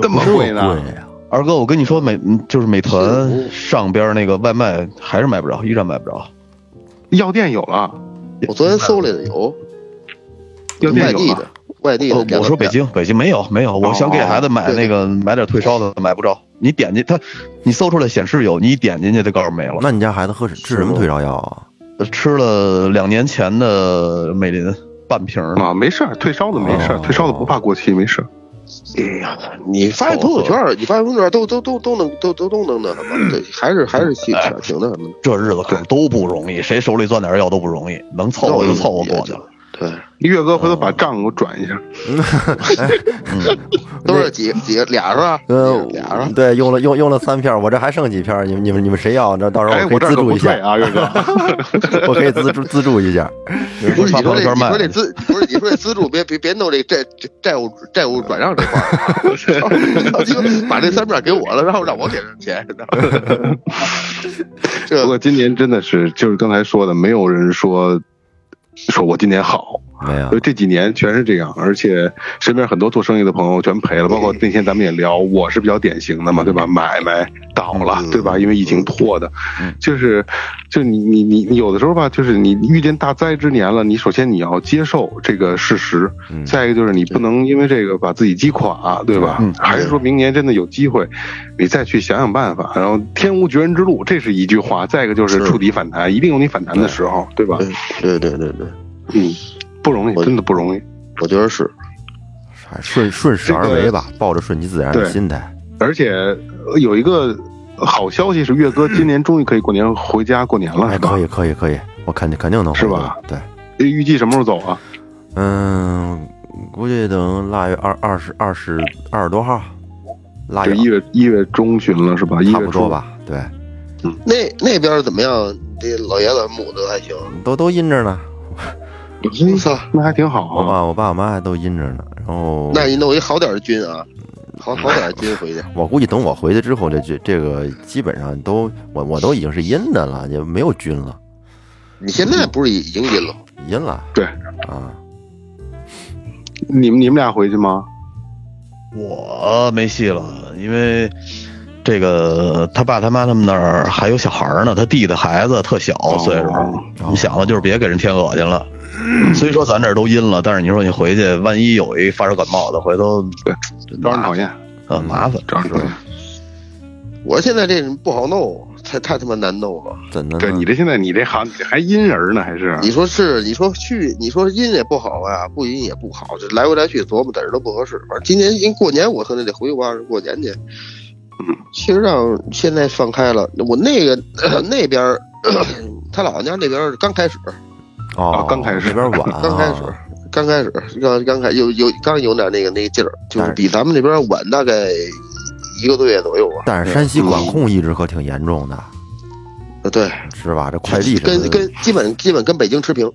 [SPEAKER 2] 这么贵
[SPEAKER 4] 贵
[SPEAKER 2] 呢？
[SPEAKER 4] 呀，
[SPEAKER 5] 二哥，我跟你说，美嗯就是美
[SPEAKER 3] 是
[SPEAKER 5] 团上边那个外卖还是买不着，依然买不着。
[SPEAKER 2] 药店有了，
[SPEAKER 3] 我昨天搜了的有
[SPEAKER 2] 药店
[SPEAKER 3] 外
[SPEAKER 2] 有
[SPEAKER 3] 地
[SPEAKER 2] 了
[SPEAKER 3] 的，，外地
[SPEAKER 5] 呃
[SPEAKER 3] 的。
[SPEAKER 5] 我说北京，北京没有没有，我想给孩子买
[SPEAKER 3] 哦对对
[SPEAKER 5] 那个买点退烧的，买不着。你点进它，你搜出来显示有，你一点进去，它告诉没了。
[SPEAKER 4] 那你家孩子喝什吃什么退烧药啊？
[SPEAKER 5] 吃了两年前的美林半瓶儿，
[SPEAKER 2] 啊，没事儿，退烧的没事儿，
[SPEAKER 4] 哦
[SPEAKER 2] 退烧的不怕过期，没事儿。
[SPEAKER 5] 哎
[SPEAKER 3] 你发朋友圈儿，你发朋友圈儿都都都都能都都都能那什么，对，还是还是挺挺那什么，
[SPEAKER 5] 这日子可都不容易，谁手里攥点药都不容易，能凑合就凑合过去了。
[SPEAKER 3] 对，
[SPEAKER 2] 岳哥，回头
[SPEAKER 4] 哦
[SPEAKER 2] 把账给我转一下。
[SPEAKER 3] 都是几几个俩是吧？
[SPEAKER 4] 呃
[SPEAKER 3] 俩是吧？，
[SPEAKER 4] 对，用了用用了三片儿，我这还剩几片儿，你们你们你们谁要？那到时候
[SPEAKER 2] 哎，
[SPEAKER 4] 我可以资
[SPEAKER 2] 我这儿
[SPEAKER 4] 哦
[SPEAKER 2] 可
[SPEAKER 4] 助
[SPEAKER 2] 不
[SPEAKER 4] 一
[SPEAKER 2] 对
[SPEAKER 4] 下，
[SPEAKER 2] 啊，岳哥。
[SPEAKER 4] 我可以资助资助一下。
[SPEAKER 5] 有人
[SPEAKER 3] 不
[SPEAKER 5] 说
[SPEAKER 3] 是你
[SPEAKER 5] 刷
[SPEAKER 3] 说这，
[SPEAKER 5] 朋友圈
[SPEAKER 3] 你
[SPEAKER 5] 卖
[SPEAKER 3] 说这资不是你说这资助，别别别弄这债债债务债务转让这块啊儿，到时候把这三面给我了，然后让我给他钱。这
[SPEAKER 2] 不过今年真的是，就是刚才说的，没有人说说我今年好，
[SPEAKER 4] 没有
[SPEAKER 2] 因为，这几年全是这样，而且身边很多做生意的朋友全赔了，包括那天咱们也聊，我是比较典型的嘛，对吧？买卖倒了，对吧？因为疫情破的，就是就你你你你有的时候吧，就是你遇见大灾之年了，你首先你要接受这个事实，
[SPEAKER 4] 嗯
[SPEAKER 2] 再一个就是你不能因为这个把自己击垮，对吧？
[SPEAKER 5] 嗯
[SPEAKER 2] 还是说明年真的有机会，你再去想想办法。然后天无绝人之路，这是一句话，再一个就是触底反弹，一定有你反弹的时候，对吧？
[SPEAKER 3] 呃对对对对，
[SPEAKER 2] 嗯，不容易，
[SPEAKER 3] 我
[SPEAKER 2] 真的不容易。
[SPEAKER 3] 我觉得是
[SPEAKER 4] 还顺顺势而为吧，抱着顺其自然的
[SPEAKER 2] 对
[SPEAKER 4] 心态。
[SPEAKER 2] 而且呃有一个好消息是，岳哥今年终于可以过年回家过年了，
[SPEAKER 4] 哎，
[SPEAKER 2] 是吧
[SPEAKER 4] 可以，可以，可以，我肯定肯定能
[SPEAKER 2] 是
[SPEAKER 4] 回
[SPEAKER 2] 吧
[SPEAKER 4] 国？对，
[SPEAKER 2] 预计什么时候走啊？
[SPEAKER 4] 嗯，估计等腊月二二十二十二十多号，腊
[SPEAKER 2] 就
[SPEAKER 4] 月
[SPEAKER 2] 一月一月中旬了，是吧？一
[SPEAKER 4] 哎差
[SPEAKER 2] 月
[SPEAKER 4] 不多
[SPEAKER 2] 初。
[SPEAKER 4] 吧？对，
[SPEAKER 3] 那那边怎么样？这老爷子母子还行，
[SPEAKER 4] 都都阴着呢。
[SPEAKER 3] 我操！
[SPEAKER 2] 那还挺好
[SPEAKER 4] 我
[SPEAKER 2] 啊，
[SPEAKER 4] 爸我爸我妈都阴着呢。然后
[SPEAKER 3] 那你弄一好点的军啊，好好点的军回去。
[SPEAKER 4] 我估计等我回去之后，这这这个基本上都我我都已经是阴的了，也没有菌了，
[SPEAKER 3] 你现在不是已经阴了吗？
[SPEAKER 4] 阴了
[SPEAKER 2] 对，
[SPEAKER 4] 啊。
[SPEAKER 2] 你们你们俩回去吗？
[SPEAKER 5] 我没戏了，因为这个他爸他妈他们那儿还有小孩儿呢，他弟的孩子特小
[SPEAKER 3] 哦
[SPEAKER 5] 岁数，
[SPEAKER 2] 哦
[SPEAKER 5] 你想了就是别给人添恶心了。
[SPEAKER 2] 嗯
[SPEAKER 5] 虽说咱这儿都阴了，但是你说你回去，万一有一发烧感冒的，回头
[SPEAKER 2] 对招人讨厌，
[SPEAKER 5] 呃麻烦。
[SPEAKER 2] 招人讨厌。
[SPEAKER 3] 我现在这人不好弄，太太他妈难弄了。
[SPEAKER 4] 怎的
[SPEAKER 2] 对
[SPEAKER 4] 呢
[SPEAKER 2] 你？这现在你这行你这还阴人呢，还是
[SPEAKER 3] 你说是？你说去？你说阴也不好啊，不阴也不好，这来回来去琢磨在这都不合适。反正今年因为过年，我可能得回我爸那儿过年去。嗯，其实上现在放开了，我那个 那边儿 他姥姥家那边儿刚开始，
[SPEAKER 4] 哦
[SPEAKER 2] 啊， 刚开始
[SPEAKER 4] 那边晚啊，
[SPEAKER 3] 刚开始，刚开始，刚刚开有有刚有点那个那个劲儿，就是比咱们这边晚大概一个多月左右吧。
[SPEAKER 4] 但是山
[SPEAKER 2] 嗯
[SPEAKER 4] 西管控一直可挺严重的，
[SPEAKER 3] 呃对，
[SPEAKER 4] 是吧？这快递什
[SPEAKER 3] 跟
[SPEAKER 4] 么的
[SPEAKER 3] 跟基本基本跟北京持平，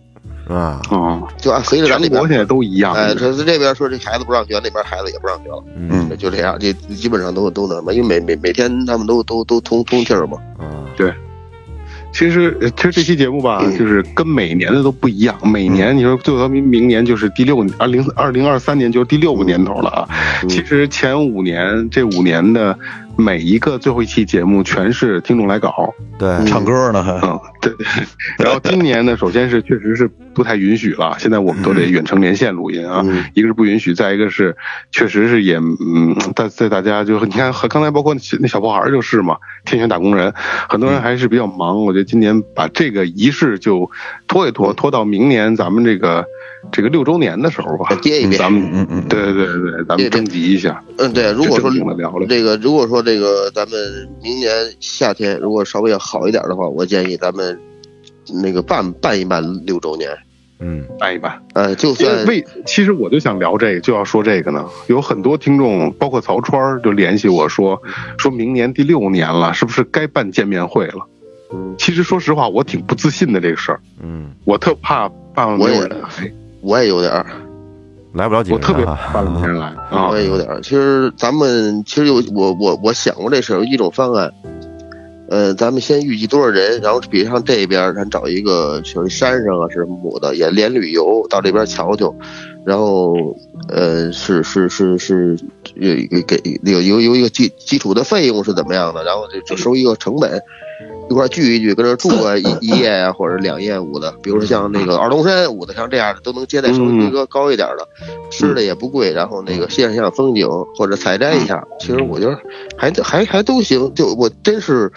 [SPEAKER 4] 啊，
[SPEAKER 2] 啊，
[SPEAKER 3] 就按随着咱
[SPEAKER 2] 全
[SPEAKER 3] 那
[SPEAKER 2] 国
[SPEAKER 3] 边，
[SPEAKER 2] 现在都一样。
[SPEAKER 3] 哎，这这边说这孩子不上学，那边孩子也不上学了，
[SPEAKER 4] 嗯
[SPEAKER 3] 就这样，这基本上都都能，因为每每每天他们都都都通通气儿嘛。
[SPEAKER 4] 啊，
[SPEAKER 2] 其实，呃其实这期节目吧，就是跟每年的都不一样。每年你说最后咱们明年就是第六二零二零二三年就是第六个年头了啊。其实前五年这五年的每一个最后一期节目全是听众来稿，
[SPEAKER 4] 对，
[SPEAKER 5] 唱歌呢还。
[SPEAKER 2] 嗯，对。然后今年呢，首先是确实是不太允许了，现在我们都得远程连线录音啊。
[SPEAKER 3] 嗯
[SPEAKER 2] 一个是不允许，再一个是确实是也嗯，在在大家就你看和刚才包括那小破孩儿就是嘛，天选打工人，很多人还是比较忙。我觉得今年把这个仪式就拖一拖，拖到明年咱们这个这个六周年的时候吧，
[SPEAKER 3] 憋一憋
[SPEAKER 2] 咱们
[SPEAKER 5] 嗯嗯，
[SPEAKER 2] 对对对对，咱们征集一下。
[SPEAKER 3] 嗯，对，如果说
[SPEAKER 2] 正经地聊聊
[SPEAKER 3] 这个，如果说这个咱们明年夏天如果稍微要好一点的话，我建议咱们那个办办一办六周年。
[SPEAKER 4] 嗯，
[SPEAKER 2] 办一办，
[SPEAKER 3] 呃，就
[SPEAKER 2] 因为
[SPEAKER 3] 算
[SPEAKER 2] 为其实我就想聊这个，就要说这个呢。有很多听众，包括曹川儿，就联系我说，说明年第六年了，是不是该办见面会了？其实说实话，我挺不自信的这个事儿，
[SPEAKER 4] 嗯，
[SPEAKER 2] 我特怕办了没有人来，
[SPEAKER 3] 我也有点儿，
[SPEAKER 4] 来不了几
[SPEAKER 2] 我
[SPEAKER 4] 个
[SPEAKER 2] 特别
[SPEAKER 4] 人
[SPEAKER 2] 怕
[SPEAKER 4] 啊
[SPEAKER 2] 办了没人来啊
[SPEAKER 3] 我。也有点儿。其实咱们其实有我我我想过这事儿，有一种方案，呃，咱们先预计多少人，然后比上这边，咱找一个去山上啊是母的，也连旅游到这边瞧瞧，然后呃是是是是有一个给有有有一个基基础的费用是怎么样的，然后就就收一个成本，一块儿聚一聚，跟这儿住 个一一夜呀、或者两夜舞的，比如说像那个二龙山舞的，像这样的都能接待
[SPEAKER 2] 嗯
[SPEAKER 3] 收费哥高一点的，吃的也不贵，然后那个欣赏欣赏风景或者采摘一下，其实我觉得还还还都行，就我真是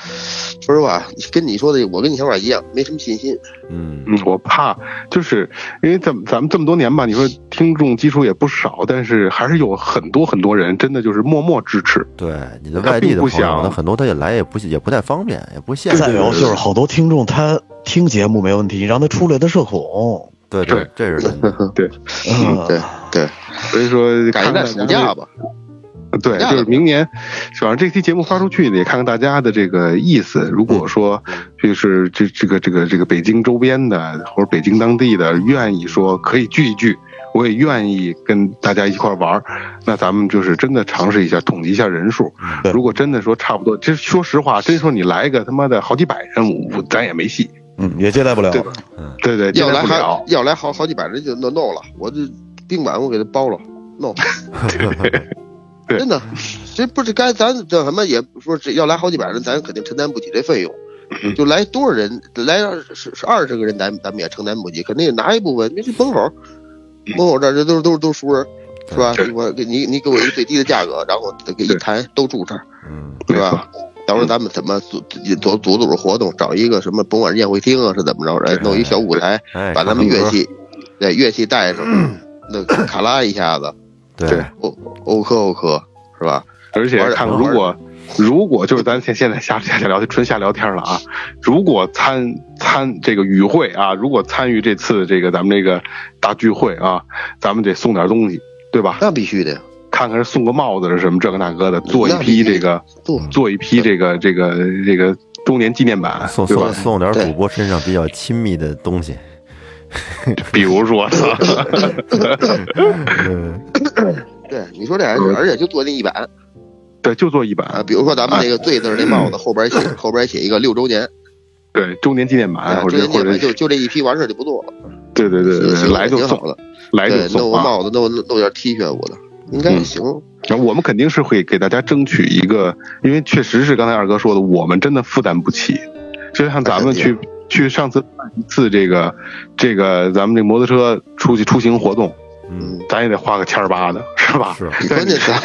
[SPEAKER 3] 说实话，跟你说的我跟你想法一样，没什么信心。
[SPEAKER 4] 嗯，
[SPEAKER 2] 嗯，我怕就是因为咱们咱们这么多年吧，你说听众基础也不少，但是还是有很多很多人真的就是默默支持。
[SPEAKER 4] 对，你的外地的
[SPEAKER 2] 他并不
[SPEAKER 4] 朋友，
[SPEAKER 2] 想
[SPEAKER 4] 那很多他也来也不也不太方便，也不现
[SPEAKER 5] 再
[SPEAKER 4] 实。
[SPEAKER 5] 有就是好多听众他听节目没问题，让他出来他社恐。
[SPEAKER 4] 对对，这是真的。
[SPEAKER 5] 嗯，
[SPEAKER 3] 对对，
[SPEAKER 2] 所以说，
[SPEAKER 3] 赶一
[SPEAKER 2] 啊看
[SPEAKER 3] 赶
[SPEAKER 2] 看
[SPEAKER 3] 暑假吧。
[SPEAKER 2] 对，
[SPEAKER 3] 那
[SPEAKER 2] 就是明年，反正这期节目发出去呢，也看看大家的这个意思。如
[SPEAKER 3] 嗯
[SPEAKER 2] 果说就是这这个这个这个北京周边的或者北京当地的愿意说可以聚一聚，我也愿意跟大家一块玩儿，那咱们就是真的尝试一下，统计一下人数
[SPEAKER 3] 嗯
[SPEAKER 5] 对。
[SPEAKER 2] 如果真的说差不多，这说实话，真说你来个他妈的好几百人，我咱也没戏。
[SPEAKER 5] 嗯，也接待不了。
[SPEAKER 2] 对对对，接
[SPEAKER 3] 要
[SPEAKER 2] 待
[SPEAKER 3] 来
[SPEAKER 2] 不
[SPEAKER 3] 还
[SPEAKER 2] 了。
[SPEAKER 3] 要来好好几百人就弄弄了，我就宾馆我给他包了，弄。
[SPEAKER 2] 对
[SPEAKER 3] 真的，这不是该咱这什么也说是要来好几百人，咱肯定承担不起这费用。
[SPEAKER 2] 嗯
[SPEAKER 3] 就来多少人，来二十是二十个人，咱咱们也承担不起，肯定也拿一部分。那是门口，门口这儿这都是都是都是熟人，是吧
[SPEAKER 2] 嗯对？
[SPEAKER 3] 我给你你给我一个最低的价格，然后给一谈都住这儿，
[SPEAKER 4] 嗯，
[SPEAKER 3] 是
[SPEAKER 2] 没
[SPEAKER 3] 吧？到时候咱们怎么组组组组织活动，找一个什么甭管是宴会厅啊是怎么着，哎，弄一小舞台，
[SPEAKER 4] 哎，
[SPEAKER 3] 把咱们
[SPEAKER 4] 唱歌
[SPEAKER 3] 乐器，对乐器带 上，那卡拉一下子，
[SPEAKER 4] 对
[SPEAKER 2] 对
[SPEAKER 3] 欧克欧克，是吧？
[SPEAKER 2] 而且
[SPEAKER 3] 玩儿
[SPEAKER 2] 看，
[SPEAKER 3] 玩儿
[SPEAKER 2] 如果如果就是咱现现在瞎瞎瞎聊，就纯瞎聊天了啊。如果参参这个与会啊，如果参与这次这个咱们这个大聚会啊，咱们得送点东西，对吧？
[SPEAKER 3] 那必须的呀，
[SPEAKER 2] 看看是送个帽子是什么这个那个的，做一批这个
[SPEAKER 3] 做
[SPEAKER 2] 做一批这个这个这个周年纪念版，
[SPEAKER 4] 送
[SPEAKER 2] 对吧
[SPEAKER 4] 送？送点
[SPEAKER 3] 对
[SPEAKER 4] 主播身上比较亲密的东西。
[SPEAKER 2] 比如说，
[SPEAKER 4] 嗯，
[SPEAKER 3] 对你说这还是，而且就做那一版
[SPEAKER 2] 对，就做一
[SPEAKER 3] 啊，
[SPEAKER 2] 版，
[SPEAKER 3] 比如说咱们那个“最”字儿那帽
[SPEAKER 2] 嗯
[SPEAKER 3] 子后 边写后边写一个六周年，
[SPEAKER 2] 对，周年纪念版
[SPEAKER 3] 啊，
[SPEAKER 2] 哎或
[SPEAKER 3] 周
[SPEAKER 2] 者
[SPEAKER 3] 年
[SPEAKER 2] 或
[SPEAKER 3] 纪
[SPEAKER 2] 者
[SPEAKER 3] 念就就这一批完事儿就不做了，
[SPEAKER 2] 对对对对，
[SPEAKER 3] 行
[SPEAKER 2] 来就
[SPEAKER 3] 挺
[SPEAKER 2] 送
[SPEAKER 3] 好，的，
[SPEAKER 2] 来就
[SPEAKER 3] 对，弄
[SPEAKER 2] 送
[SPEAKER 3] 个
[SPEAKER 2] 啊。嗯
[SPEAKER 3] 帽子，弄弄点 T 恤，我的应该行，
[SPEAKER 2] 然后我们肯定是会给大家争取一个，因为确实是刚才二哥说的，我们真的负担不起。就像咱们
[SPEAKER 3] 那
[SPEAKER 2] 去去上次办一次这个这个咱们这摩托车出去出行活动，
[SPEAKER 3] 嗯，
[SPEAKER 2] 咱也得花个千儿八的，是吧？
[SPEAKER 4] 是
[SPEAKER 3] 关键是咱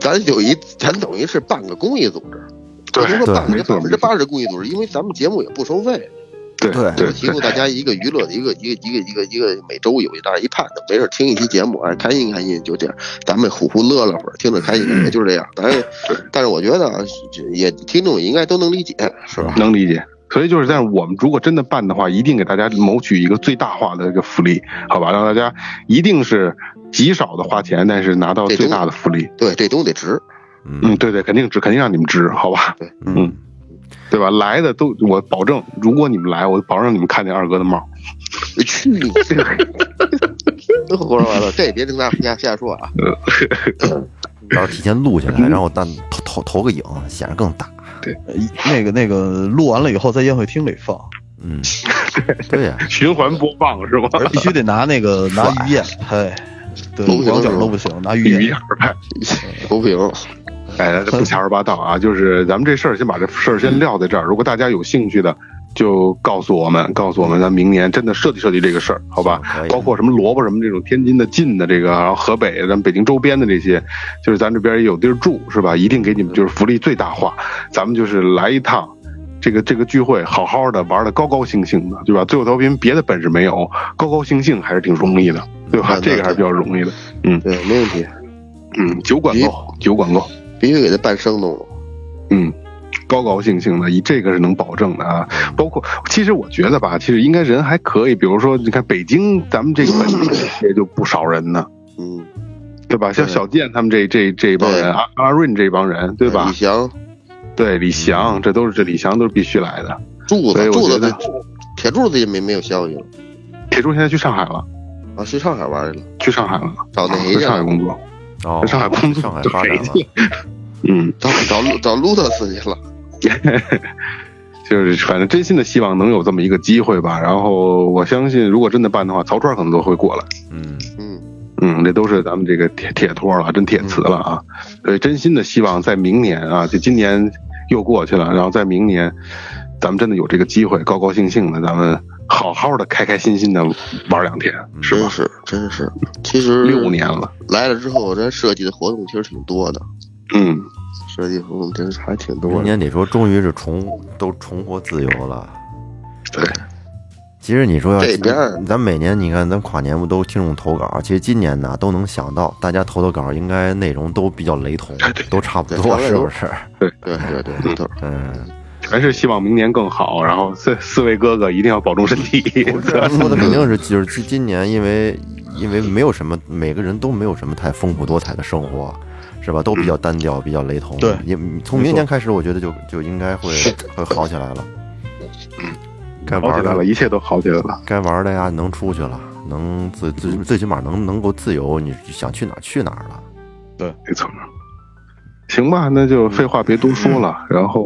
[SPEAKER 3] 咱有一咱等于是半个公益组织，
[SPEAKER 2] 对
[SPEAKER 3] 不能说半
[SPEAKER 2] 对
[SPEAKER 3] 个
[SPEAKER 2] 没错
[SPEAKER 3] 百分之八十公益组织，因为咱们节目也不收费。
[SPEAKER 2] 对
[SPEAKER 4] 对
[SPEAKER 2] 对
[SPEAKER 3] 提供大家一个娱乐的一个一个一个一个一个每周有一大一盼的，没事儿听一期节目，哎，开心开心，就这样，咱们虎虎乐乐会儿，听着开心，也就是这样。咱也，
[SPEAKER 2] 嗯
[SPEAKER 3] 但是我觉得啊，这也听众也应该都能理解，是吧？
[SPEAKER 2] 能理解。所以就是，但是我们如果真的办的话，一定给大家谋取一个最大化的一个福利，好吧？让大家一定是极少的花钱，但是拿到
[SPEAKER 3] 这
[SPEAKER 2] 最
[SPEAKER 3] 种
[SPEAKER 2] 大的福利。
[SPEAKER 3] 对，这东西得值。
[SPEAKER 2] 嗯，
[SPEAKER 4] 嗯
[SPEAKER 2] 对对，肯定值，肯定让你们值，好吧？
[SPEAKER 4] 嗯，
[SPEAKER 2] 对吧？来的都我保证，如果你们来，我保证你们看见二哥的帽。
[SPEAKER 3] 去
[SPEAKER 2] 嗯
[SPEAKER 3] 你！ 胡说八道，这也别听他瞎瞎说啊！
[SPEAKER 4] 到时候提前录下来，
[SPEAKER 2] 嗯
[SPEAKER 4] 然后但投投投个影，显得更大。
[SPEAKER 5] 那个那个录完了以后，在宴会厅里 放，
[SPEAKER 4] 嗯，对呀，
[SPEAKER 2] 循环播放是吗？
[SPEAKER 5] 而必须得拿那个拿鱼眼拍，对，
[SPEAKER 3] 都不行
[SPEAKER 5] 广角
[SPEAKER 3] 是吧
[SPEAKER 5] 都不行，拿 鱼
[SPEAKER 2] 鱼眼
[SPEAKER 5] 眼。
[SPEAKER 2] 儿呗，
[SPEAKER 3] 不平，
[SPEAKER 2] 哎，这不瞎说八道啊！就是咱们这事儿，先把这事儿先撂在这儿。如果大家有兴趣的，就告诉我们，告诉我们，咱明年真的设计设计这个事儿，好吧？
[SPEAKER 4] 可以
[SPEAKER 2] 包括什么萝卜什么这种天津的近的这个，然后河北咱们北京周边的这些，就是咱这边也有地儿住是吧？一定给你们就是福利最大化，咱们就是来一趟。这个这个聚会好好的玩的高高兴兴的，对吧？最后调频别的本事没有，高高兴兴还是挺容易的，对吧？
[SPEAKER 3] 嗯
[SPEAKER 2] 这个还是比较容易的。
[SPEAKER 3] 对，没问题，
[SPEAKER 2] 嗯，酒管够，酒管够。
[SPEAKER 3] 必须给他办生动了。
[SPEAKER 2] 嗯，高高兴兴的，以这个是能保证的啊。包括其实我觉得吧，其实应该人还可以，比如说你看北京，咱们这个本地也就不少人呢，
[SPEAKER 3] 嗯，
[SPEAKER 2] 对吧？像
[SPEAKER 3] 对
[SPEAKER 2] 小健他们这这这一帮人，
[SPEAKER 3] 对
[SPEAKER 2] 阿阿润这帮人，对吧
[SPEAKER 3] 李？翔、
[SPEAKER 2] 对，李翔，这都是这李翔都是必须来的。
[SPEAKER 3] 柱
[SPEAKER 2] 所以
[SPEAKER 3] 子、
[SPEAKER 2] 我
[SPEAKER 3] 柱
[SPEAKER 2] 觉
[SPEAKER 3] 子
[SPEAKER 2] 得
[SPEAKER 3] 的铁柱子也没没有消息了
[SPEAKER 2] 铁柱现在去上海了，
[SPEAKER 3] 啊，去上海玩去了，
[SPEAKER 2] 去上海了，
[SPEAKER 3] 找那谁
[SPEAKER 2] 去
[SPEAKER 3] 去
[SPEAKER 2] 上海
[SPEAKER 3] 了？
[SPEAKER 2] 工作，
[SPEAKER 4] 哦
[SPEAKER 2] 在，上海工作
[SPEAKER 4] 上海发展了
[SPEAKER 2] 对。嗯，
[SPEAKER 3] 找找找 Lotus 去了。
[SPEAKER 2] 就是反正真心的希望能有这么一个机会吧。然后我相信，如果真的办的话，曹川可能都会过来。
[SPEAKER 4] 嗯，
[SPEAKER 3] 嗯，
[SPEAKER 2] 嗯，这都是咱们这个铁铁托了，真铁瓷了啊！所以真心的希望在明年啊，就今年又过去了，然后在明年，咱们真的有这个机会，高高兴兴的，咱们好好的、开开心心的玩两天，
[SPEAKER 4] 嗯
[SPEAKER 2] 是
[SPEAKER 3] 真
[SPEAKER 2] 吧？
[SPEAKER 3] 是真是，其实
[SPEAKER 2] 六年了，
[SPEAKER 3] 来了之后，咱设计的活动其实挺多的，
[SPEAKER 2] 嗯，
[SPEAKER 3] 设计活动真是还挺多
[SPEAKER 4] 今
[SPEAKER 3] 的。
[SPEAKER 4] 年得说终于是重都重获自由了。
[SPEAKER 2] 对，
[SPEAKER 4] 其实你说要
[SPEAKER 3] 这边儿
[SPEAKER 4] 咱每年你看咱跨年不都听众投稿？其实今年呢都能想到，大家投的稿应该内容都比较雷同，都差不多，
[SPEAKER 3] 对
[SPEAKER 4] 是不是？
[SPEAKER 3] 对对对，都
[SPEAKER 4] 嗯，
[SPEAKER 2] 全是希望明年更好。然后四四位哥哥一定要保重身体。
[SPEAKER 4] 不是啊说的肯定是就是今今年，因为因为没有什么，每个人都没有什么太丰富多彩的生活，是吧？都比较单调，比较雷同。
[SPEAKER 5] 对
[SPEAKER 4] 也从明年开始，我觉得就就应该会会好起来了。该
[SPEAKER 2] 好
[SPEAKER 4] 玩
[SPEAKER 2] 起
[SPEAKER 4] 的
[SPEAKER 2] 来了，一切都好起来了。
[SPEAKER 4] 该玩的呀，能出去了，能最最最起码能能够自由，你想去哪儿去哪儿了。
[SPEAKER 2] 没错。行吧，那就废话别多说了。
[SPEAKER 3] 嗯
[SPEAKER 2] 然后，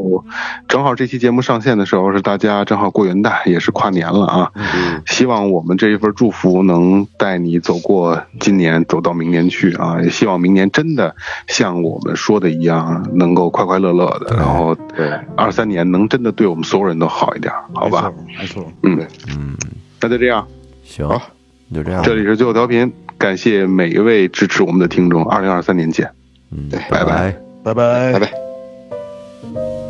[SPEAKER 2] 正好这期节目上线的时候是大家正好过元旦，也是跨年了啊。
[SPEAKER 3] 嗯，
[SPEAKER 2] 希望我们这一份祝福能带你走过今年，走到明年去啊！也希望明年真的像我们说的一样，能够快快乐乐的。然后，
[SPEAKER 3] 对，
[SPEAKER 2] 二三年能真的对我们所有人都好一点，好吧？
[SPEAKER 5] 没错，没错。
[SPEAKER 2] 嗯，
[SPEAKER 4] 嗯，
[SPEAKER 2] 那就这样。
[SPEAKER 4] 行
[SPEAKER 2] 好，
[SPEAKER 4] 就
[SPEAKER 3] 嗯
[SPEAKER 4] 这样吧。
[SPEAKER 2] 这里是最后调频，感谢每一位支持我们的听众。二零二三年见。
[SPEAKER 4] 嗯，
[SPEAKER 3] 哎
[SPEAKER 2] 拜拜
[SPEAKER 4] 拜。
[SPEAKER 5] 拜拜
[SPEAKER 3] 拜拜。